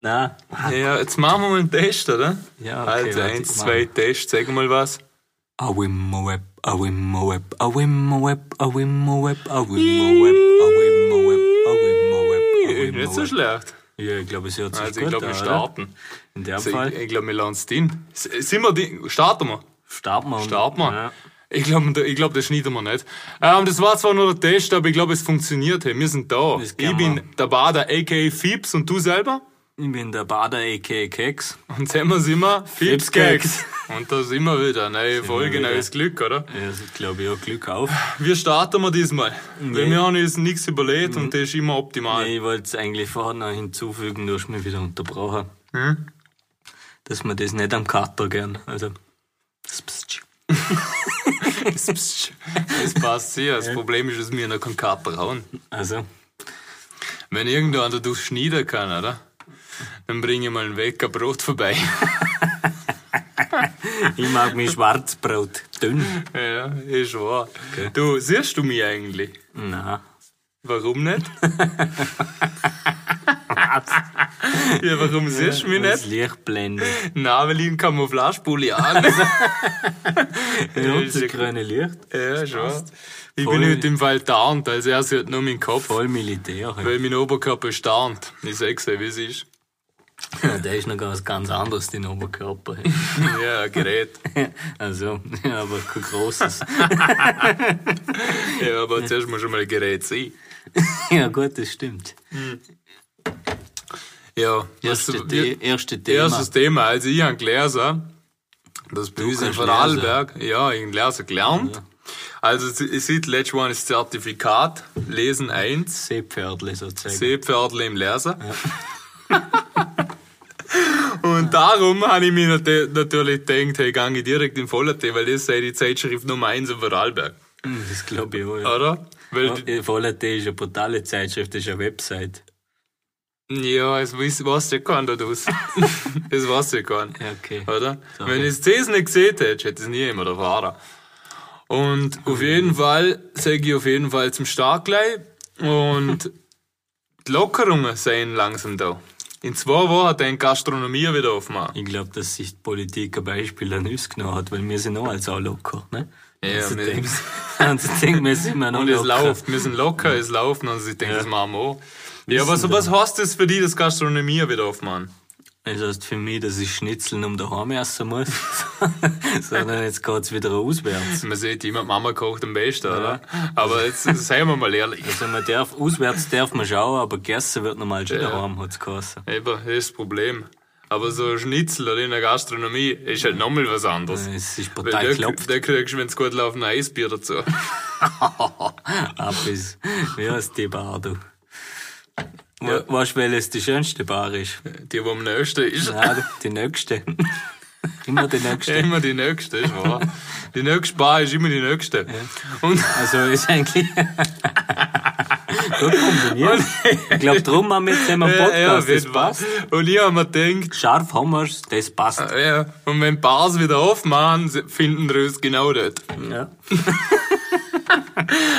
Nein. Ja, jetzt machen wir mal einen Test, oder? Ja, okay, Also, warte, eins, mach. zwei, Test, sag mal was. Awimoweb, awimoweb, awimoweb, awimoweb, awimoweb, awimoweb, awimoweb, awimoweb. Äh, Nicht so schlecht. Ja, ich glaube, es hört sich Also, ich gut glaube, wir an, oder? starten. In dem Also, Fall ich ich glaube, wir laden es drin. S- Sind wir drin? Starten wir. starten wir. und- Starten wir. Ja. Ich glaube, ich glaub, das schneiden wir nicht. Ähm, das war zwar nur ein Test, aber ich glaube, es funktioniert. Hey, wir sind da. Das Ich können bin der Bader, a.k.a. Fips, und du selber? Ich bin der Bader, a.k.a. Keks. Und sehen wir sind wir Fips Cakes. Cakes. Und da sind wir wieder. Neue Folge, wieder. neues Glück, oder? Ja, Das ist, glaube ich, auch Glück auf. Wie starten wir diesmal? Weil wir haben uns nichts überlegt Mhm. und das ist immer optimal. Ich wollte es eigentlich vorher noch hinzufügen, du hast mich wieder unterbrochen. Hm? Dass wir das nicht am Kater gern. Also. das Psst. Das, pst, das passt sehr. Das Problem ist, dass wir noch keinen Kater haben. Also. Wenn irgendwo einer durchschneiden kann, oder? Dann bringe ich mal ein Wecker Brot vorbei. Ich mag mich Schwarzbrot. Dünn. ja, ist wahr. Du, siehst du mich eigentlich? Na. Warum nicht? ja, warum siehst du mich nicht? Das Licht blendet. Na, weil ich einen Camouflage-Pulli an. Und das grüne Licht. ja, schon. Ich Voll. bin heute im Fall tarnt, also er sieht nur meinen Kopf, Voll Militär. halt. weil mein Oberkörper ist tarnt. Ich sag's euch, wie es ist. Ja, der ist noch ganz, ganz anders, den Oberkörper. Ja, Gerät. Also, ja, aber kein großes. Ja, aber zuerst muss schon mal ein Gerät sein. Ja, gut, das stimmt. Ja, was, Erste, The wir, erste Thema. erstes Thema. Also ich habe gelesen, dass bei uns in kannst Vorarlberg, ja, ich habe gelesen gelernt. Also es- es sieht letztes Mal das Zertifikat, Lesen 1. Seepferdle sozusagen. Seepferdle im Leser. Und darum habe ich mir nat- natürlich gedacht, hey, gang ich direkt in Vollerte, weil das sei die Zeitschrift Nummer 1 in Vorarlberg, Hm, das glaube ich auch. Ja. oder? Weil, Ja, Voller T ist eine brutale Zeitschrift, das ist eine Website. ja, es weiß, weiß ja keiner daraus. das weiß ja keiner. Ja, okay. Oder? So. Wenn ich das nicht gesehen hätte, hätte es nie jemand erfahren. Und auf jeden Fall sage ich auf jeden Fall zum Start gleich. Und die Lockerungen sind langsam da. In zwei Wochen hat die Gastronomie wieder aufmachen. Ich glaube, dass sich die Politik ein Beispiel an uns genommen hat, weil wir sind auch als auch locker. Ne? Ja, also wir- denken, also denken wir sind wir noch Und es locker. läuft, wir sind locker, es läuft. Und sie denken, Ja. das machen wir auch. Ja, aber so, was heißt das für die, dass Gastronomie wieder aufmachen? Das Also heißt für mich, dass ich Schnitzeln um daheim essen muss, sondern jetzt geht's wieder auswärts. Man sieht immer, die Mama kocht am besten, oder? Aber jetzt seien wir mal ehrlich. Also man darf, auswärts darf man schauen, aber gegessen wird normal schon Ja. daheim, hat's geheißen. Eben, das ist das Problem. Aber so ein Schnitzel oder in der Gastronomie ist halt nochmal was anderes. Es ist Weil brutal der, geklopft. der kriegst, wenn es gut läuft, ein Eisbier dazu. Ab ist, ja, ist die Bar, du. Ja. Weißt du, welches die schönste Bar ist? Die, die am nächsten ist. Nein, die nächste. Immer die nächste. Immer die nächste, ist wahr. Die nächste Bar ist immer die nächste. Und Also ist eigentlich gut kombiniert. Ich glaube, drum haben wir jetzt einen Ja, ja, Podcast. wird das was. passt. Und ich habe mir gedacht, Scharf haben wir's, das passt. ja, und wenn Bars wieder aufmachen, sie- finden wir uns genau dort. Ja.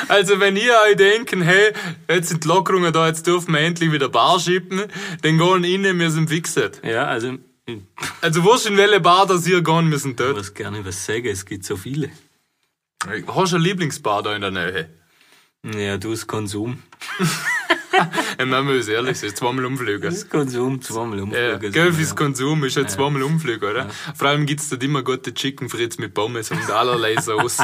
Also wenn ihr euch denken, hey, jetzt sind die Lockerungen da, jetzt dürfen wir endlich wieder Bar schippen, dann gehen innen, wir sind fixet. ja, also ich Also wurscht in welche Bar, dass ihr gehen müssen dort. muss gerne was sagen, es gibt so viele. Hast du eine Lieblingsbar da in der Nähe? Ja, du, das Konsum. Ey, man Äh, muss ehrlich sein, zweimal Umflüge. Das Konsum, zweimal Ja, umfliegen. Göffis Konsum ist halt zweimal Umflug, oder? Vor allem gibt's dort immer gute Chicken Fritz mit Pommes und allerlei Sauce.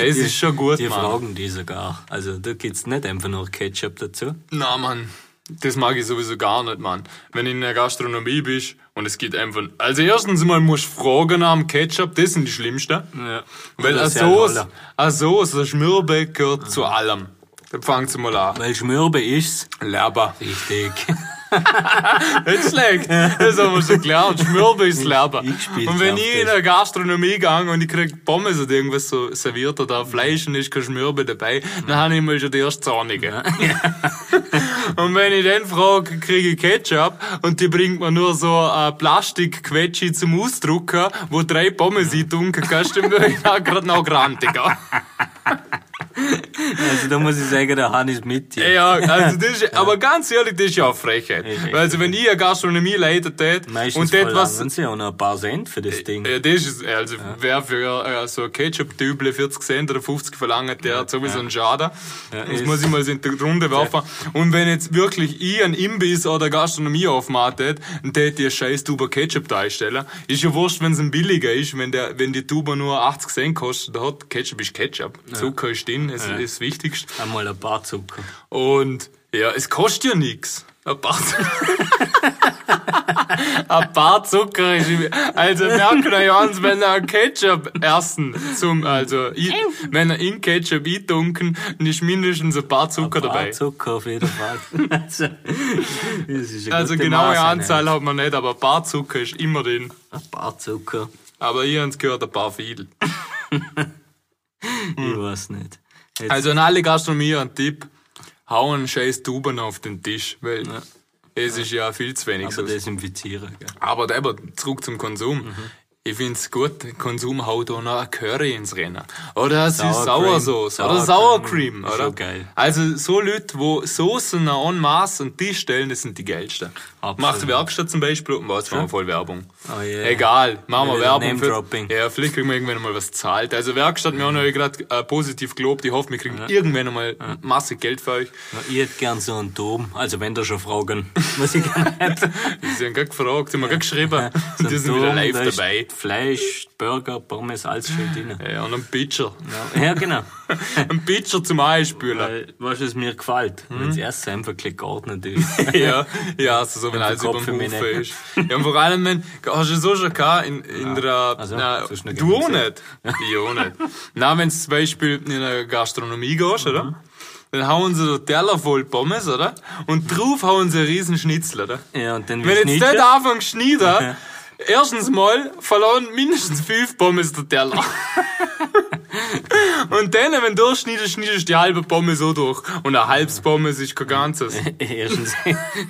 Ey, es ist schon gut, Die Mann. fragen die sogar. Also da gibt's nicht einfach nur Ketchup dazu. Na, Mann. Das mag ich sowieso gar nicht, Mann. Wenn du in der Gastronomie bist und es geht einfach. Also, erstens mal musst du fragen nach dem Ketchup, das sind die schlimmsten. Ja. Weil eine Das ist ja ein Sauce, Roller. eine Sauce, ein Schmürbeck gehört zu allem. Dann fangst du mal an. Weil Schmürbe ist's. Leber. Richtig. Nicht schlecht. Das haben wir schon gelernt. Schmürbe ist Lerber. Ich- ich spiel's Und wenn auf ich in das. eine Gastronomie gehe und ich krieg Pommes oder irgendwas so serviert oder Fleisch und ist kein Schmürbe dabei, dann habe ich mal schon die erste Zornige. und wenn ich dann frage, kriege ich Ketchup und die bringt mir nur so ein Plastikquetschi zum Ausdrucken, wo drei Pommes ja. eintunken kannst, dann bin ich auch gerade noch grantiger. Also da muss ich sagen, der Hannes ist mit dir. Ja, also das ist, aber ganz ehrlich, das ist ja eine Frechheit. Ist echt Weil also wenn ich eine Gastronomie leiten tät Meistens und Äh, dort was... verlangen sie auch noch ein paar Cent für das Ding. Ja, das ist, also wer für äh, so ein Ketchup-Tüble 40 Cent oder 50 verlangt, der hat sowieso einen Schaden. das ist- muss ich mal so in die Runde werfen. Und wenn jetzt wirklich ich einen Imbiss oder eine Gastronomie aufmacht, tät, dann täte ich eine scheiß Tuba Ketchup darstellen. Ist ja wurscht, wenn es ein billiger ist, wenn, der, wenn die Tuba nur 80 Cent kostet, hat Ketchup ist Ketchup. Zucker ist drin, das ist das Wichtigste. Einmal ein paar Zucker. Und ja, es kostet ja nix Ein paar, Zuck- ein paar Zucker ist im- Also merkt euch uns, wenn ihr Ketchup essen zum, also i- wenn ihr in Ketchup eintunken, dann ist mindestens ein paar Zucker Ein paar dabei. Zucker auf jeden Fall. Also, das ist eine Also gute genaue Maße, ne? Anzahl hat man nicht, aber ein paar Zucker ist immer drin. Ein paar Zucker. Aber ihr habt gehört, ein paar viel. Ich Hm. weiß nicht. Jetzt, Also an alle Gastronomie ein Tipp, hauen einen scheiß Tuben auf den Tisch, weil es ist ja viel zu wenig. aber sonst. Also desinfizieren. Gell? Aber aber zurück zum Konsum. Ich find's gut, Konsum haut auch noch ein Curry ins Rennen. Oder es ist Sour Cream. Sauersauce. Sour Oder Cream. Sour Cream, Ist oder? auch geil. Also so Leute, wo Soßen en masse an den Tisch stellen, das sind die geilsten. Absolut. Macht Werkstatt zum Beispiel, und was, machen wir voll Werbung. Oh yeah. Egal, machen wir Wieder Werbung. Name-Dropping. ja, vielleicht kriegen wir irgendwann mal was zahlt. Also Werkstatt, wir haben euch gerade äh, positiv gelobt. Ich hoffe, wir kriegen irgendwann mal Masse Geld für euch. Ich hätte gern so einen Turm. Also wenn da schon Fragen, was ich gerne hätte. Sie haben gerade gefragt, sie haben gerade geschrieben. So Und ein die sind wieder Turm, live da ist dabei. Fleisch, Burger, Pommes, alles schön drin. Ja, und ein Pitcher. Ja, ja genau. Ein Pitcher zum Einspülen. Weil, weißt du, was mir gefällt? Hm? Wenn das erste einfach gleich geordnet ist. ja, ja, also so, wenn der alles über Kopf dem im Hof Innen. ist. Ja, und vor allem, wenn, hast du so schon gehabt, in, in der, Also, na, das hast du noch du gar auch nicht. Ich auch nicht. Nein, wenn du zum Beispiel in eine Gastronomie gehst, Mhm. oder? Dann hauen sie den Teller voll Pommes, oder? Und drauf hauen sie einen riesen Schnitzel, oder? Ja, und dann Wenn willst du jetzt nicht. nicht anfängst zu schneiden, erstens mal verloren mindestens fünf Pommes der Teller. Und dann, wenn du schneidest, schneidest du die halbe Pommes so durch. Und ein halbes Pommes ist kein ganzes. Erstens,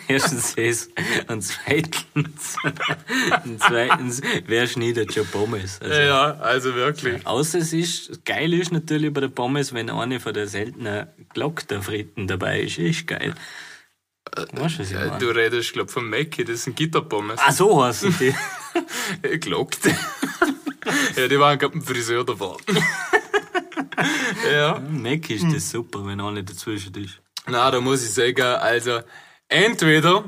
erstens ist und zweitens, und zweitens, wer schneidet schon Pommes? Also, Ja, also wirklich. Außer es ist, geil ist natürlich bei der Pommes, wenn eine von der seltenen Glockterfritten dabei ist. Ist geil. Weißt du, was ich meine? Äh, Du redest, glaub, von Mackie, das sind Gitterpommes. Ah, so heißen die. Äh, Glockt. ja, die waren gerade beim Friseur davor. ja. Mac ist Hm. das super, wenn eine dazwischen ist. Na, da muss ich sagen, also entweder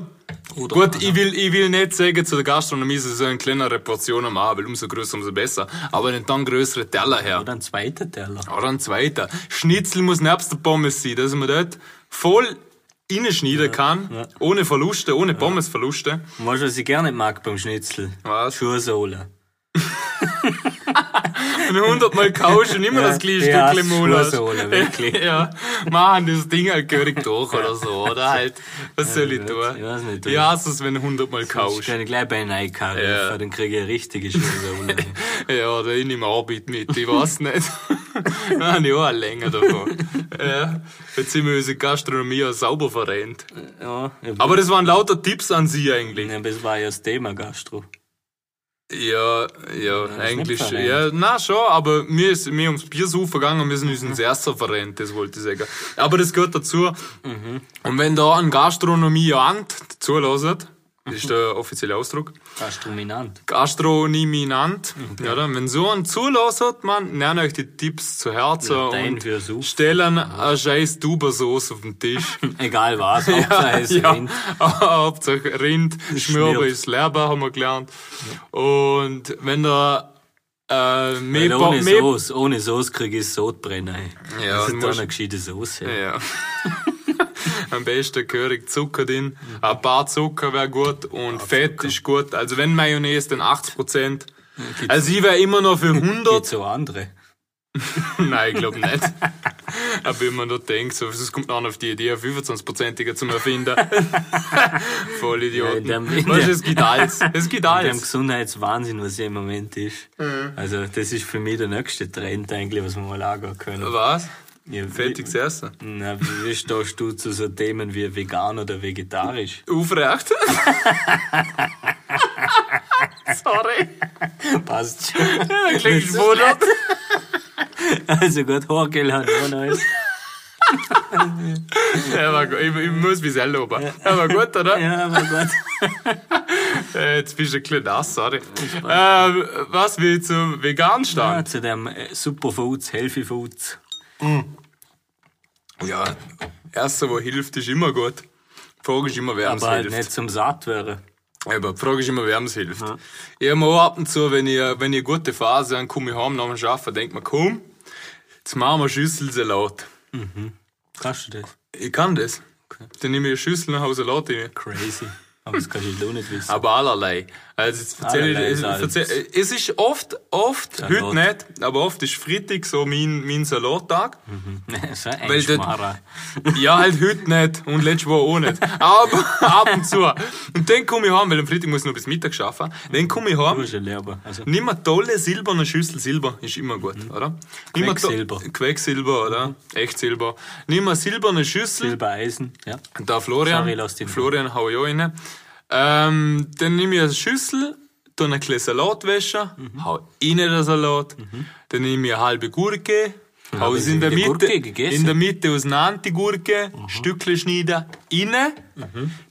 Gut, ich will, ich will nicht sagen, zu der Gastronomie sie sollen kleinere Portionen machen, weil umso größer, umso besser. Aber nicht dann größere Teller her. Oder ein zweiter Teller. Oder ein zweiter. Schnitzel muss nebst der Pommes sein, dass man dort voll reinschneiden kann, ohne Verluste, ohne Pommesverluste. Und Weißt du, was ich gerne nicht mag beim Schnitzel? Was? Schuhsohle. Ein hundertmal kauschen, immer das gleiche ja, Stückchen das Mulas. Schuhsohle, wirklich. ja, machen das Ding halt gehörig durch oder so, oder halt. Was soll ich tun? ich weiß nicht, du- Ich hasse es, wenn du hundertmal Ich kauschst. kann gleich bei einer Ja. ja. dann kriege ich eine richtige Schuhsohle. Ja, da ich nehme Arbeit mit, ich weiß nicht. da habe ich auch eine Länge davon. ja, jetzt sind wir unsere Gastronomie ja sauber verrennt. ja, ich- Aber das waren lauter Tipps an Sie eigentlich. Ja, aber das war ja das Thema Gastro. Ja, ja, eigentlich nicht schon. verrennt. Ja, na schon, aber mir ist mir ums Biersuch vergangen und wir sind uns ins Erste verrennt, das wollte ich sagen. Aber das gehört dazu. Mhm. Und wenn da ein Gastronomie-Amt zulässt, Mhm. das ist der offizielle Ausdruck, Gastrominant. Gastronominant. Mhm. Ja, dann, wenn so ein zulässt, man, nehmt euch die Tipps zu Herzen dein und für Suff. stellen eine scheiß Dubersauce auf den Tisch. Egal was, Hauptsache es ja, Rind. Hauptsache Rind, Schmürbe schmiert. ist Leber, haben wir gelernt. Und wenn da äh, Weil mehr, ohne mehr Soße, ohne Soße kriege ich Sodbrenner. ey. Ja, das du ist da musst- eine gescheite Soße. Ja. Am besten gehörig Zucker drin. Ein paar Zucker wäre gut und Fett ist gut. Also wenn Mayonnaise, dann 80%. Also ich wäre immer noch für 100. Geht so andere. Nein, ich glaube nicht. Aber wenn man da denkt, so, es kommt noch einer auf die Idee, einen 25-prozentiger zum Erfinden. Voll Idioten. Ja, in dem- weißt du, es gibt alles. Es Mit gibt dem alles. Gesundheitswahnsinn, was hier im Moment ist. Mhm. Also, das ist für mich der nächste Trend eigentlich, was wir mal angehen können. Was? Ja, Oh, Fertig das erste. wie- Na, wie stehst du zu so Themen wie vegan oder vegetarisch? Aufrecht. Sorry. Passt schon. Klingt wundert. Also gut, Horgel hat auch neues. Der war gut. Ich, ich muss mich selber loben. Der war gut, oder? Ja, aber gut. Äh, jetzt bist du ein bisschen nass, sorry. Ähm, was will zum vegan Ja, stand? zu dem äh, Superfoods, Healthy Foods. Ja. Essen, wo hilft, ist immer gut. Die Frage ist immer, wer uns Aber halt hilft. nicht zum satt werden. Aber die Frage ist immer, wer uns hilft. Ich habe mir auch ab und zu, wenn ich, wenn ich eine gute Phase habe, komme ich heim nach dem Arbeiten, denke mir, komm, jetzt machen wir einen Schüsselsalat. Kannst du das? Ich kann das. Dann nehme ich eine Schüssel und haue Salat rein. Crazy. Aber das kannst du doch nicht wissen. Aber allerlei. Also jetzt erzähle Allerlei ich, Salz. es, erzähl, es ist oft, oft, Salat. heute nicht, aber oft ist Freitag so mein, mein Salattag. so ein Ah. Weil dort- Schmarrer. Ja, halt heute nicht und letztes Woche auch nicht. Aber ab und zu. Und dann komme ich heim, weil am Freitag muss ich noch bis Mittag arbeiten. Dann komme ich Du heim, musst ja lernen. Also, nimm eine tolle silberne Schüssel Silber, ist immer gut, oder? Nimm eine to- Quecksilber. Quecksilber, oder? Echt Silber. Nimm eine silberne Schüssel. Silber Eisen, ja. Da Florian, Sorry, lass dich Florian hau ich auch rein. Ähm, dann nehme ich eine Schüssel, tu ein bisschen Salat waschen, Mhm. hau rein den Salat, dann nehme ich eine halbe Gurke, hau aber es sie in der haben die Mitte, Gurke gegessen. Mhm. in der Mitte auseinander die Gurke, Stückchen schneiden, rein,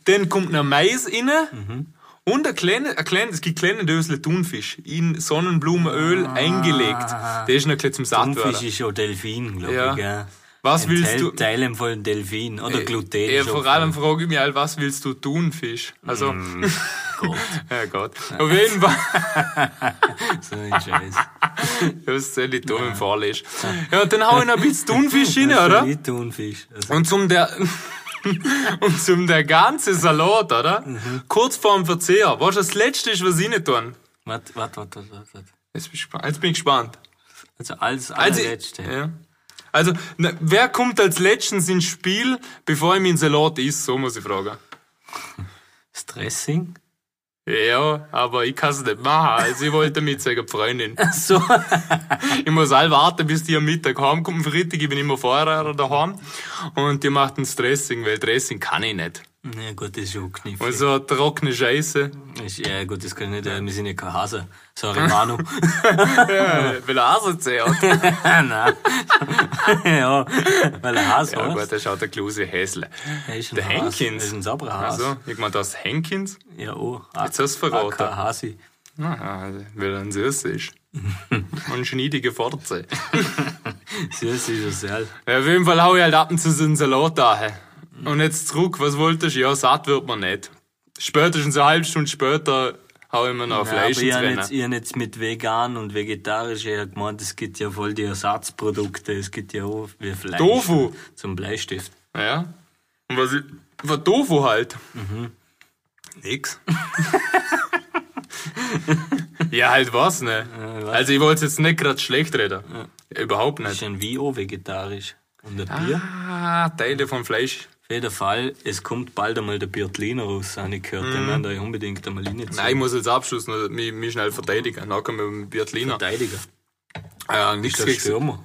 dann kommt noch Mais rein, Mhm. Und ein kleines, ein kleines, es gibt kleine Dösel Thunfisch in Sonnenblumenöl eingelegt. Der ist noch ein bisschen zum Satt Ah. Thunfisch werden. ist ja Delfin, glaube Ja. ich. Gell? Was willst Enthält du- Äh, Teilen von Delfin oder Gluten. Ja, ist vor auch allem frage ich mich halt, was willst du tun, Fisch? Also, Mm, Gott, Ja, Gott. Auf jeden Fall. so ein Scheiß. Das ist sehr dumm im Fall ist. Ja, und dann hau ich noch ein bisschen Thunfisch rein, Das ist oder? Nicht Thunfisch. Also, Und zum der, und zum der ganze Salat, oder? Mhm. Kurz vorm Verzehr. Was das Letzte ist, was ich nicht tun? warte, warte, warte, warte. warte. Jetzt bin ich gespannt. Jetzt bin ich gespannt. Also als Also, allerletzte. ja. also na, wer kommt als Letztens ins Spiel, bevor ich meinen Salat isst? So muss ich fragen. Das Dressing? Ja, aber ich kann es nicht machen. Also ich wollte damit sagen, Freundin. So. Ich muss halt warten, bis die am Mittag heimkommt. Am Freitag, ich bin immer vorher daheim. Und die macht ein Dressing, weil Dressing kann ich nicht. Na gut, das ist schon knifflig. Und so eine trockene Scheiße. Ist- Ja gut, das kann ich nicht, äh, wir sind ja kein Hase. Sorry, Manu. Ja, weil er asozial. Nein. ja, weil er Hase Ja war. gut, der schaut der Kluse Häsle. Er ist ein Der Hase. Henkins. Er ist ein sauberer Hase. Also, ich meine, das Henkins, Ja, oh. Jetzt hast du verraten. AK Hasi. ah, weil er ein Süß ist. Und schneidige Forze. Süß ist er sehr. Ja, auf jeden Fall hau ich halt ab und zu so einen Salat daher. Und jetzt zurück, was wolltest du? Ja, satt wird man nicht. Spätestens eine halbe Stunde später hau ich mir noch Ja, aber Fleisch ich ins habe Rennen. jetzt, ich hab jetzt mit vegan und vegetarisch ich hab gemeint, es gibt ja voll die Ersatzprodukte. Es gibt ja auch wie Fleisch. Tofu. Zum Bleistift. Ja. Und was, i- was Tofu halt? Nix. ja, halt was, ne? Also ich wollte jetzt nicht gerade schlecht reden. Überhaupt Das ist nicht. ein Vio vegetarisch. Und ein Bier? Ah, Teile vom Fleisch. Auf jeden Fall, es kommt bald einmal der Biertliner raus, habe ich gehört. Den werden da ja unbedingt einmal reinziehen. Mm. Nein, ich muss jetzt abschluss noch mich, mich schnell verteidigen. Dann kommen wir mit dem Biertliner. Verteidiger. Ja, nichts Das ist gegen... Stürmer.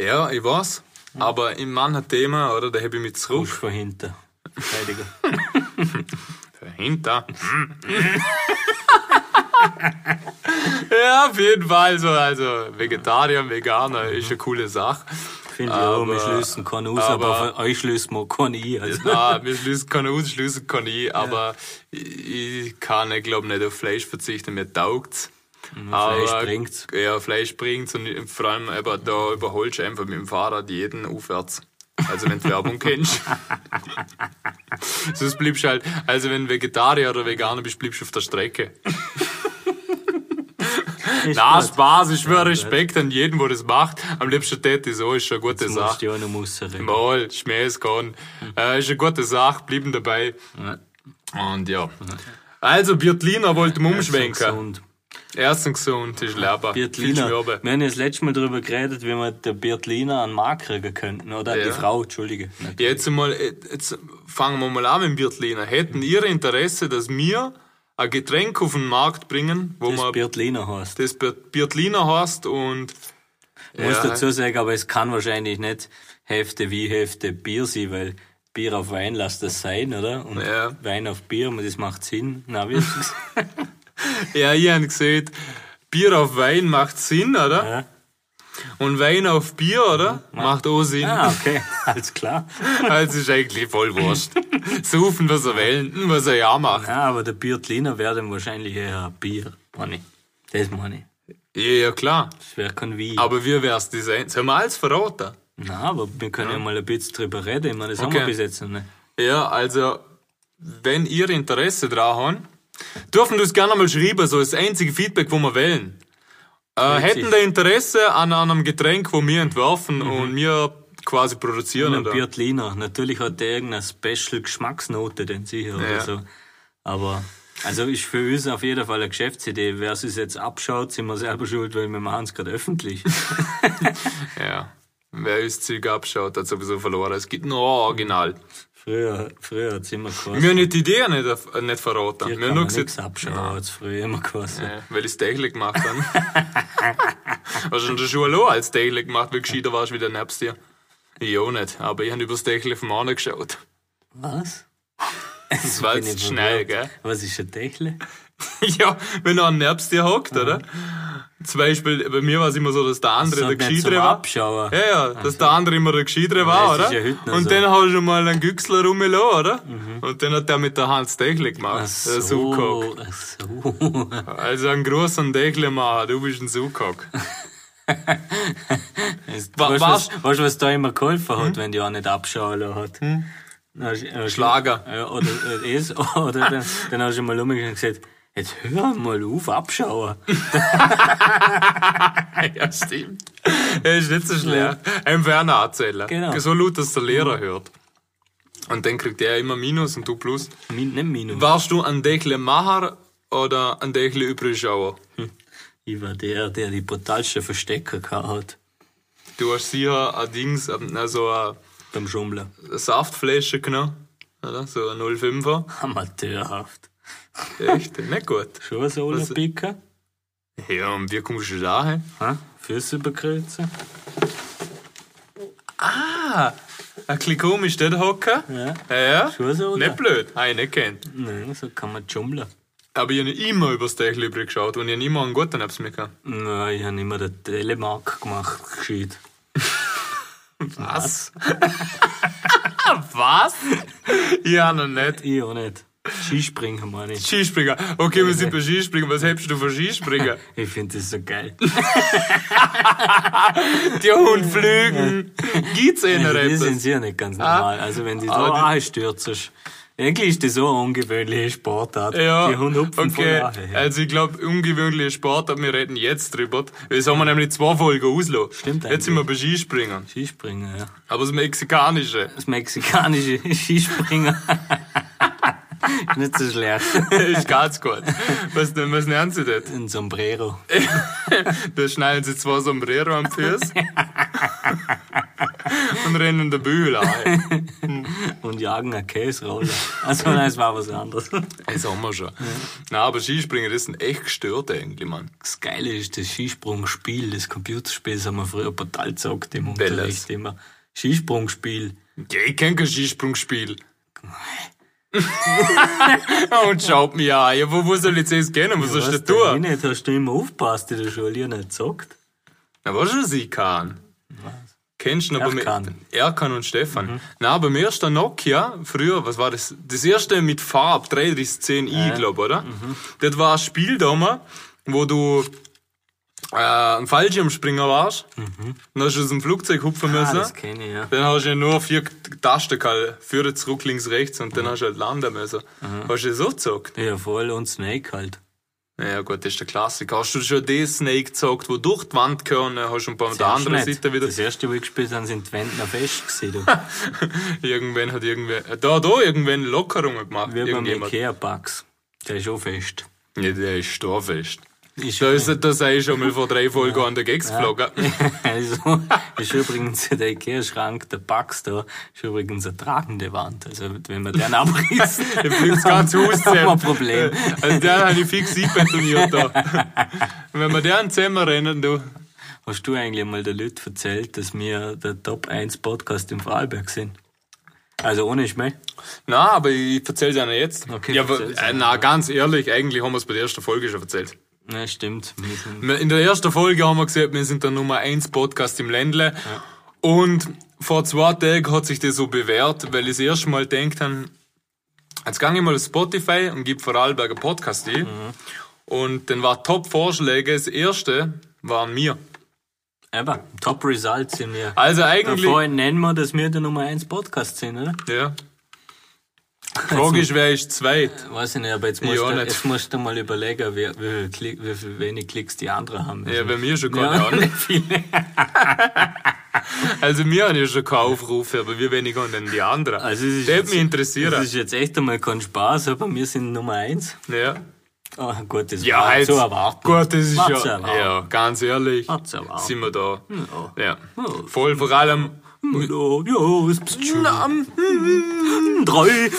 Ja, ich weiß. Aber im Mann hat Thema, oder? Da habe ich mich zurück. Busch von hinten. Verteidiger. Dahinter. ja, auf jeden Fall. So, also Vegetarier, Veganer ist eine coole Sache. Finde ich auch, wir Aber- schließen keinen aus, aber- aber, von euch schließen wir keinen ein. Also, Na, Ah, wir schließen kann uns, schließen kann ich, aber ich, ich kann, ich glaube, nicht auf Fleisch verzichten, mir taugt's. Mhm, Fleisch Aber- bringt's. Ja, Fleisch bringt's und vor allem, aber da überholst du einfach mit dem Fahrrad jeden aufwärts. Also wenn du Werbung kennst. Sonst bleibst du halt, also wenn Vegetarier oder Veganer bist, bleibst du auf der Strecke. Na, Spaß, ich schwöre Respekt an jeden, der das macht. Am liebsten täte ich so, ist schon eine gute das Sache. musst du ja noch rausreden. Mal, Schmäh ist gone. Mhm. Äh, ist eine gute Sache, blieben dabei. Und ja. Also, Biertliner wollte ich umschwenken. Gesund. Erstens gesund, ist leber. Viel Biertliner. Schwirbe. Wir haben ja das letzte Mal darüber geredet, wie wir den Biertliner an den Markt kriegen könnten. Oder Ja. die Frau, Entschuldige. Jetzt mal, äh, jetzt fangen wir mal an mit dem Biertliner. Mhm. Hätten Ihr Interesse, dass wir ein Getränk auf den Markt bringen, wo Das man Biertliner heißt. das Bier- Biertliner heißt und Ich muss Ja. dazu sagen, aber es kann wahrscheinlich nicht Hälfte wie Hälfte Bier sein, weil Bier auf Wein lasst das sein, oder? Und Ja. Wein auf Bier, das macht Sinn. Na, wie hast du gesagt? ja, ich habe gesehen, Bier auf Wein macht Sinn, oder? Ja. Und Wein auf Bier, oder? Macht auch Sinn. Ah, okay, alles klar. Also ist eigentlich voll wurscht. Saufen, was er will, was er ja macht. Ja, aber der Biertliner wäre dann wahrscheinlich eher ein Bier, meine ich. Das meine ich. Ja, ja, klar. Das wäre kein Wein. Aber wir wär's Design. Sollen wir alles verraten? Na, aber wir können ja. mal ein bisschen drüber reden. Ich meine, das haben Okay. wir bis jetzt noch nicht. Ja, also, wenn ihr Interesse dran habt, dürfen wir es gerne mal schreiben, so ist das einzige Feedback, wo wir wählen. Äh, hätten da Interesse an einem Getränk, wo wir entwerfen Mhm. und wir quasi produzieren Ein oder? Biertliner. Natürlich hat der irgendeine Special Geschmacksnote, den sicher Ja. oder so. Aber, also ist für uns auf jeden Fall eine Geschäftsidee. Wer es jetzt abschaut, sind wir selber schuld, weil wir machen es gerade öffentlich. Ja. Wer uns Zeug abschaut, hat sowieso verloren. Es gibt nur ein Original. früher, früher hat's immer Wir geheißen, haben nicht die Idee nicht, auf- nicht verraten. hier kann Wir haben nur man gesagt, nichts abschauen, ja. hat's früher immer geheißen. Ja, weil ich täglich gemacht habe. Hast du in der Schule auch als täglich gemacht, weil gescheiter warst wie der nebst dir? Ich auch nicht, aber ich habe übers Tächle vom Arne geschaut. Was? Das war Bin jetzt ich schnell, gell? verwirrt. Was ist ein Dächle? ja, wenn er nebst dir hockt, oder? Zum Beispiel, bei mir war es immer so, dass der andere der Sagt man zum Gescheitere war. Abschauen. Ja, ja, dass der andere immer der Gescheitere war, das ist oder? ja heute noch Und so. Mhm. dann hast du mal einen Güchsler rumgelassen, oder? Und dann hat der mit der Hans Dächle gemacht. Ach Der so, Suhkock. ach so. Also ein großer Dächle, Mann, du bist ein Suhkock. Weißt Wa- du, was- Hm? was, weißt du, was da immer geholfen hat, wenn die auch nicht abschauen lassen hat? Dann hast- äh, Schlager. Ja, oder äh, es, oder dann, dann hast du mal umgegangen und gesagt, jetzt hör mal auf, abschauen. Ja, stimmt. Er ist nicht so schlecht. Ein Werner erzählen. Genau. So laut, dass der Lehrer hört. Und dann kriegt er immer Minus und du Plus. Min, nicht Minus. Warst du ein Dächle Macher oder ein Dächle Übrigschauer? Ich war der, der die brutalsten Verstecker gehabt hat Du hast sicher ein Dings, also eine beim Schummeln. Saftflasche genommen. Oder? So ein 05er. Amateurhaft. Echt? Nicht gut. Schon so Was- Olerpicker? Ja, und wie kommst du da hin? Hä? Füße überkreuzen? Ein bisschen komisch dort hocken. Ja. Ja, ja. Schon so, oder? Nicht blöd. Nein, nicht kennt. Nein, so kann man schummeln. Aber ich habe immer übers Dächle übrig geschaut und ich habe immer einen guten Apps mitgehabt. Nein, ich habe immer den Telemark gemacht, gescheit. Was? Was? ja, noch nicht. Ich auch nicht. Skispringen meine ich. Skispringer. Okay, wir sind bei Skispringen. Was hältst du von Skispringen? Ich finde das so geil. Die Hund flügen. Gibt's eh noch Also die sind etwas? sicher nicht ganz normal. Also wenn die da Ah, anstürzen, eigentlich ist das so eine ungewöhnliche Sportart. Ja, die Hunde hupfen okay. von nachher. Also ich glaube, ungewöhnliche Sportart, wir reden jetzt drüber. Jetzt haben wir nämlich zwei Folgen ausgelassen. Stimmt Jetzt sind wir bei Skispringern. Skispringen, ja. Aber das Mexikanische. Das mexikanische Skispringer. Ist nicht so schlecht. ist ganz gut. Was, denn- was nennen sie das? Ein Sombrero. Da schneiden sie zwei Sombrero am Füß. und rennen der Bühel ein. Und jagen eine Käserolle. Also nein, es war was anderes. Das haben wir schon. Nein, aber Skispringer, das sind echt gestört eigentlich, Mann. Das Geile ist, das Skisprungspiel, das Computerspiel, das haben wir früher brutal gezockt im Unterricht Welches? immer. Skisprungspiel. Ja, ich kenn kein Skisprungspiel. Und schaut mich an. Ja, wo, wo soll ich jetzt gehen? Was soll ich denn Weißt du tun? nicht, hast du immer aufgepasst in der Schule, ich hab nicht gezockt. Na, was schon sie kann. Kennst du noch bei mir? Erkan. Mhm. Erkan und Stefan. Na, beim ersten Nokia, früher, was war das? Das erste mit Farb, 3310i, glaub, oder? Mhm. Das war ein Spiel damals, wo du äh, ein Fallschirmspringer warst. Dann hast du aus dem Flugzeug hupfen Mhm. Ah, müssen. das kenne ich, ja. Dann hast du ja nur vier Tasten gehabt, Führer, zurück, links, rechts und dann hast du halt landen müssen. Hast du das auch gezockt? Ja, voll und Snake halt. Mhm. Ja gut, das ist der Klassiker. Hast du schon den Snake gezockt, wo durch die Wand gehört und dann hast du bei der Hast anderen nicht. Seite wieder... Das erste, wo ich gespielt habe, sind die Wände noch fest gewesen. du. Irgendwann hat irgendwer... äh, Da, da, irgendwann Lockerungen gemacht. Wie beim Irgendjemand. Ikea-Bugs. Der ist auch fest. Ja, der ist storfest. Ist Da ist da sei ich schon mal vor drei Folgen an der Gags geflogen. also, ist übrigens der Ikea-Schrank, der Bugs da, ist übrigens eine tragende Wand. Also, wenn man den abriss, Der fliegt das ganze Haus haben wir zusammen. ein Problem. Also der habe ich fix einbetoniert da. Wenn wir den zusammen rennen, du... Hast du eigentlich mal den Leuten erzählt, dass wir der Top 1 Podcast im Vorarlberg sind? Also, ohne Schmäh. Na, aber ich erzähl's einer jetzt. Okay, ja, aber, erzähl's äh, na, ganz ehrlich, eigentlich haben wir es bei der ersten Folge schon erzählt. Ja, stimmt. Wir sind- Wir- In der ersten Folge haben wir gesagt, wir sind der Nummer 1 Podcast im Ländle. Und vor zwei Tagen hat sich das so bewährt, weil ich das erste Mal denkt habe, jetzt gehe ich mal auf Spotify und gebe Vorarlberger Podcast ein. Mhm. Und dann war Top-Vorschläge, das erste waren mir. Aber Top Results sind wir. Also eigentlich, Vorhin nennen wir, dass wir der Nummer 1 Podcast sind, oder? ja. Frage ist, wer ist zweit? Weiß ich nicht, aber jetzt musst, Ja, du, nicht. jetzt musst du mal überlegen, wie, wie, viel Klick, wie viel wenig Klicks die anderen haben. Also, Ja, bei mir schon keine Ja, Ahnung. nicht viele. Also mir haben ja schon keine Aufrufe, aber wie wenig haben denn die anderen? Also Also es ist das jetzt- würde mich interessieren. Das ist jetzt echt einmal kein Spaß, aber wir sind Nummer 1. ja. Ah, gut, das Ja, war halt. zu erwarten. Gut, das ist War ja, zu erwarten. ja, ganz ehrlich, War zu erwarten. sind wir da. Ja. Ja. Voll, vor allem, Hallo, ja, es bist schön. hm, Drei.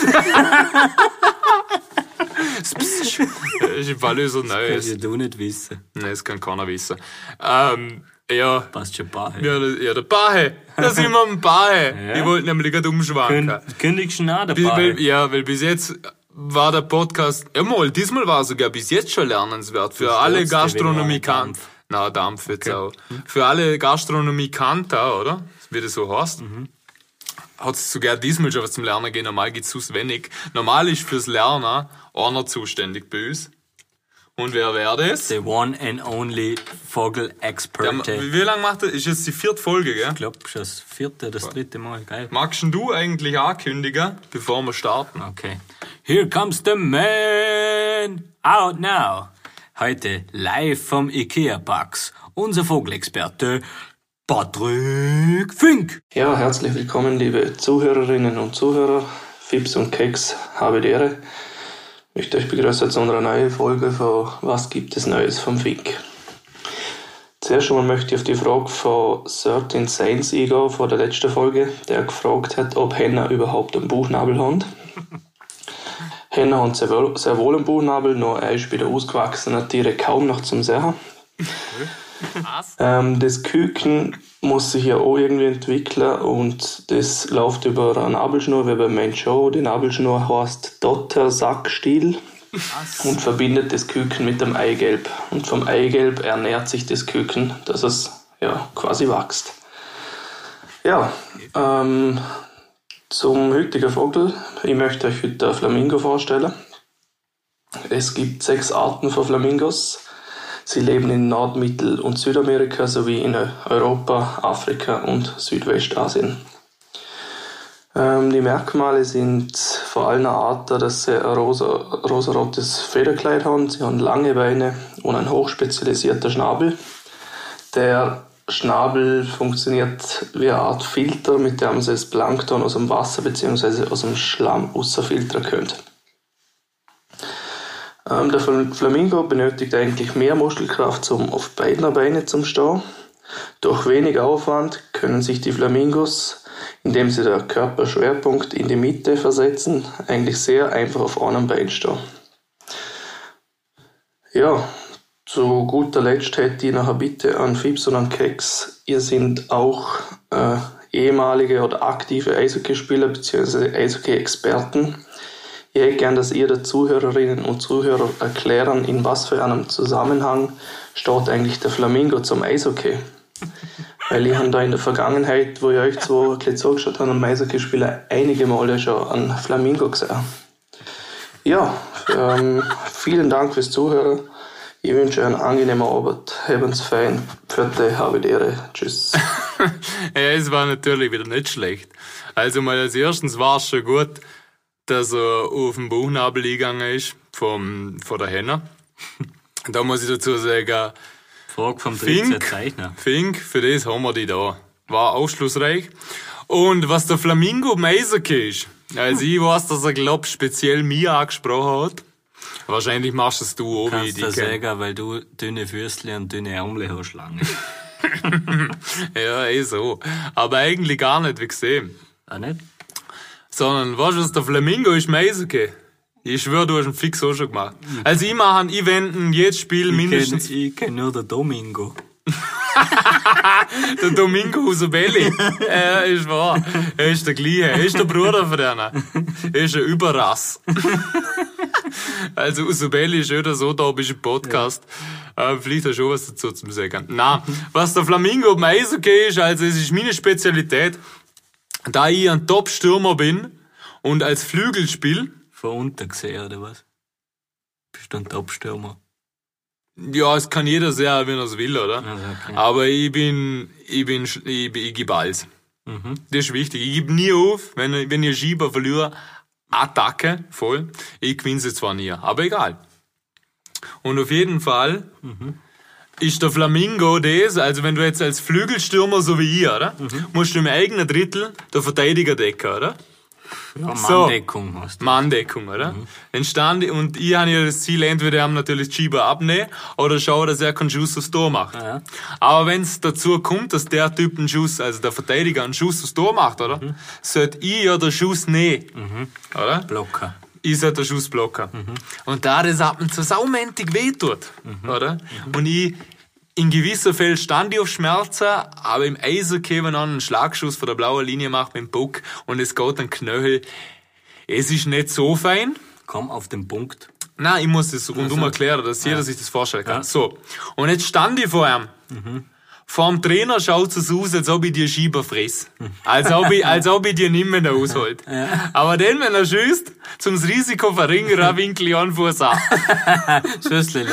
das ist im Fall so Das Neues. wirst du nicht wissen. Nein, das kann keiner wissen. Ähm, ja, Passt schon ein paar. ja, das- ja, der Bahe. Da sind wir am Bahe. Ja. Ich wollte nämlich gerade umschwanken. Kün- Kündigst du nach der Bi- weil, Party? ja, weil bis jetzt war der Podcast, ja mal, diesmal war er sogar bis jetzt schon lernenswert für alle trotz der Gastronomie-Kanten. Dampf. Na, Dampf jetzt auch. Für alle Gastronomie-Kanter, oder? Wie das so heißt. Hat es sogar diesmal schon was zum Lernen gegeben. Normal gibt es sonst wenig. Normal ist fürs Lernen einer zuständig bei uns. Und wer wäre das? The one and only Vogel Der, Expert. Ich wie lange macht er? Ist jetzt die vierte Folge, gell? glaube, schon das vierte, das dritte Mal. Geil. Magst denn du eigentlich ankündigen, bevor wir starten? Okay. Here comes the man out now. Heute live vom IKEA Bugs. Unser Vogelexperte Patrick Fink. Ja, herzlich willkommen, liebe Zuhörerinnen und Zuhörer. Fips und Keks, habe die Ehre. Ich möchte euch begrüßen zu unserer neuen Folge von Was gibt es Neues vom Fink? Zuerst einmal möchte ich auf die Frage von 13 Saints eingehen, von der letzten Folge, der gefragt hat, ob Henna überhaupt einen Bauchnabel haben. Henna haben sehr wohl, sehr wohl einen Bauchnabel, nur er ist bei den ausgewachsenen Tieren kaum noch zum Sehen. Ähm, das Küken muss sich ja auch irgendwie entwickeln und das läuft über eine Nabelschnur, wie beim Mensch auch. Die Nabelschnur heißt Dotter Sackstiel und verbindet das Küken mit dem Eigelb. Und vom Eigelb ernährt sich das Küken, dass es ja quasi wächst. Ja, ähm, zum heutigen Vogel. Ich möchte euch heute den Flamingo vorstellen. Es gibt sechs Arten von Flamingos. Sie leben in Nord-, Mittel- und Südamerika sowie in Europa, Afrika und Südwestasien. Ähm, die Merkmale sind vor allem eine Art, da, dass sie ein rosa, rosarotes Federkleid haben. Sie haben lange Beine und einen hochspezialisierten Schnabel. Der Schnabel funktioniert wie eine Art Filter, mit dem sie das Plankton aus dem Wasser bzw. aus dem Schlamm rausfiltern können. Ähm, der Fl- Flamingo benötigt eigentlich mehr Muskelkraft, um auf beiden Beinen zu stehen. Durch wenig Aufwand können sich die Flamingos, indem sie den Körperschwerpunkt in die Mitte versetzen, eigentlich sehr einfach auf einem Bein stehen. Ja, zu guter Letzt hätte ich noch eine Bitte an Fips und an Keks. Ihr sind auch äh, ehemalige oder aktive Eishockeyspieler bzw. Eishockey-Experten. Ich hätte gern, dass ihr den Zuhörerinnen und Zuhörern erklären, in was für einem Zusammenhang steht eigentlich der Flamingo zum Eishockey. Weil ich habe da in der Vergangenheit, wo ich euch zwei ein bisschen zugeschaut habe, am Eishockeyspieler einige Male schon einen Flamingo gesehen. Ja, ähm, vielen Dank fürs Zuhören. Ich wünsche euch einen angenehmen Abend. Habt's fein. Pfirte, habe die Ehre. Tschüss. Ja, es war natürlich wieder nicht schlecht. Also mal als erstens war es schon gut, dass er auf den Bauchnabel eingegangen ist vom, von der Henna. Da muss ich dazu sagen, Frage vom Fink. 13. Zeichner. Fink, für das haben wir die da. War aufschlussreich. Und was der Flamingo Meiserke ist, also ich weiß, dass er, glaub speziell mir angesprochen hat. Wahrscheinlich machst es du auch, wie Kannst ich du dich kenn. sagen, weil du dünne Würstchen und dünne Ärmel hast lange. Ja, eh so. Aber eigentlich gar nicht, wie gesehen. Auch Ah, nicht? Sondern, weißt du, was der Flamingo ist Meiseke? Ich schwör, du hast einen Fix auch schon gemacht. Also, ich mache an Eventen jedes Spiel mindestens Ich, ich kenne nur den Domingo. der Domingo Usabelli. ja, ist wahr. Er ist der gleiche. Er ist der Bruder von einer. Er ist ein Überrass. Also Usubelli ist oder so da bist im Podcast. Äh, vielleicht hast du schon was dazu zum sagen. Na, was der Flamingo beim Eishockey ist, also es ist meine Spezialität, da ich ein Top-Stürmer bin und als Flügel spiele, Von unten gesehen, oder was? Bist du ein Top-Stürmer? ja, es kann jeder sehr, wenn er es will, oder? Also, okay. Aber ich bin, ich bin, sch- ich, bin- ich gebe alles. Das ist wichtig. Ich gebe nie auf, wenn, ich- wenn ich einen Schieber verliere, Attacke, voll. Ich gewinne sie zwar nie, aber egal. Und auf jeden Fall ist der Flamingo das, also wenn du jetzt als Flügelstürmer, so wie ich, oder? Musst du im eigenen Drittel der Verteidiger decken, oder? Ja, so. Manndeckung hast du. Manndeckung, oder? Mhm. Dann stand ich, und ich habe ja das Ziel, entweder haben natürlich die Schieber abnehmen oder schauen, dass er keinen Schuss aufs Tor macht. Ja. Aber wenn es dazu kommt, dass der Typ einen Schuss, also der Verteidiger einen Schuss aufs Tor macht, oder? Sollte ich ja den Schuss nehmen, oder? Blocker. Ich sollte den Schuss blocken. Und da das hat mir so saumäßig wehtut, oder? Und ich, in gewisser Fällen stand ich auf Schmerzen, aber im Eishockey, wenn einer einen Schlagschuss von der blauen Linie macht mit dem Puck und es geht an den Knöchel, es ist nicht so fein. Komm auf den Punkt. Nein, ich muss das rundum Also. erklären, dass jeder sich das vorstellen kann. So. Und jetzt stand ich vor ihm. Mhm. Vor dem Trainer schaut es aus, als ob ich dir Schieber friss. Als ob ich, als ob ich dir nicht mehr ausholt. Aber dann, wenn er schießt, zum Risiko verringern, winkel ich an Fuß an. Schüssel.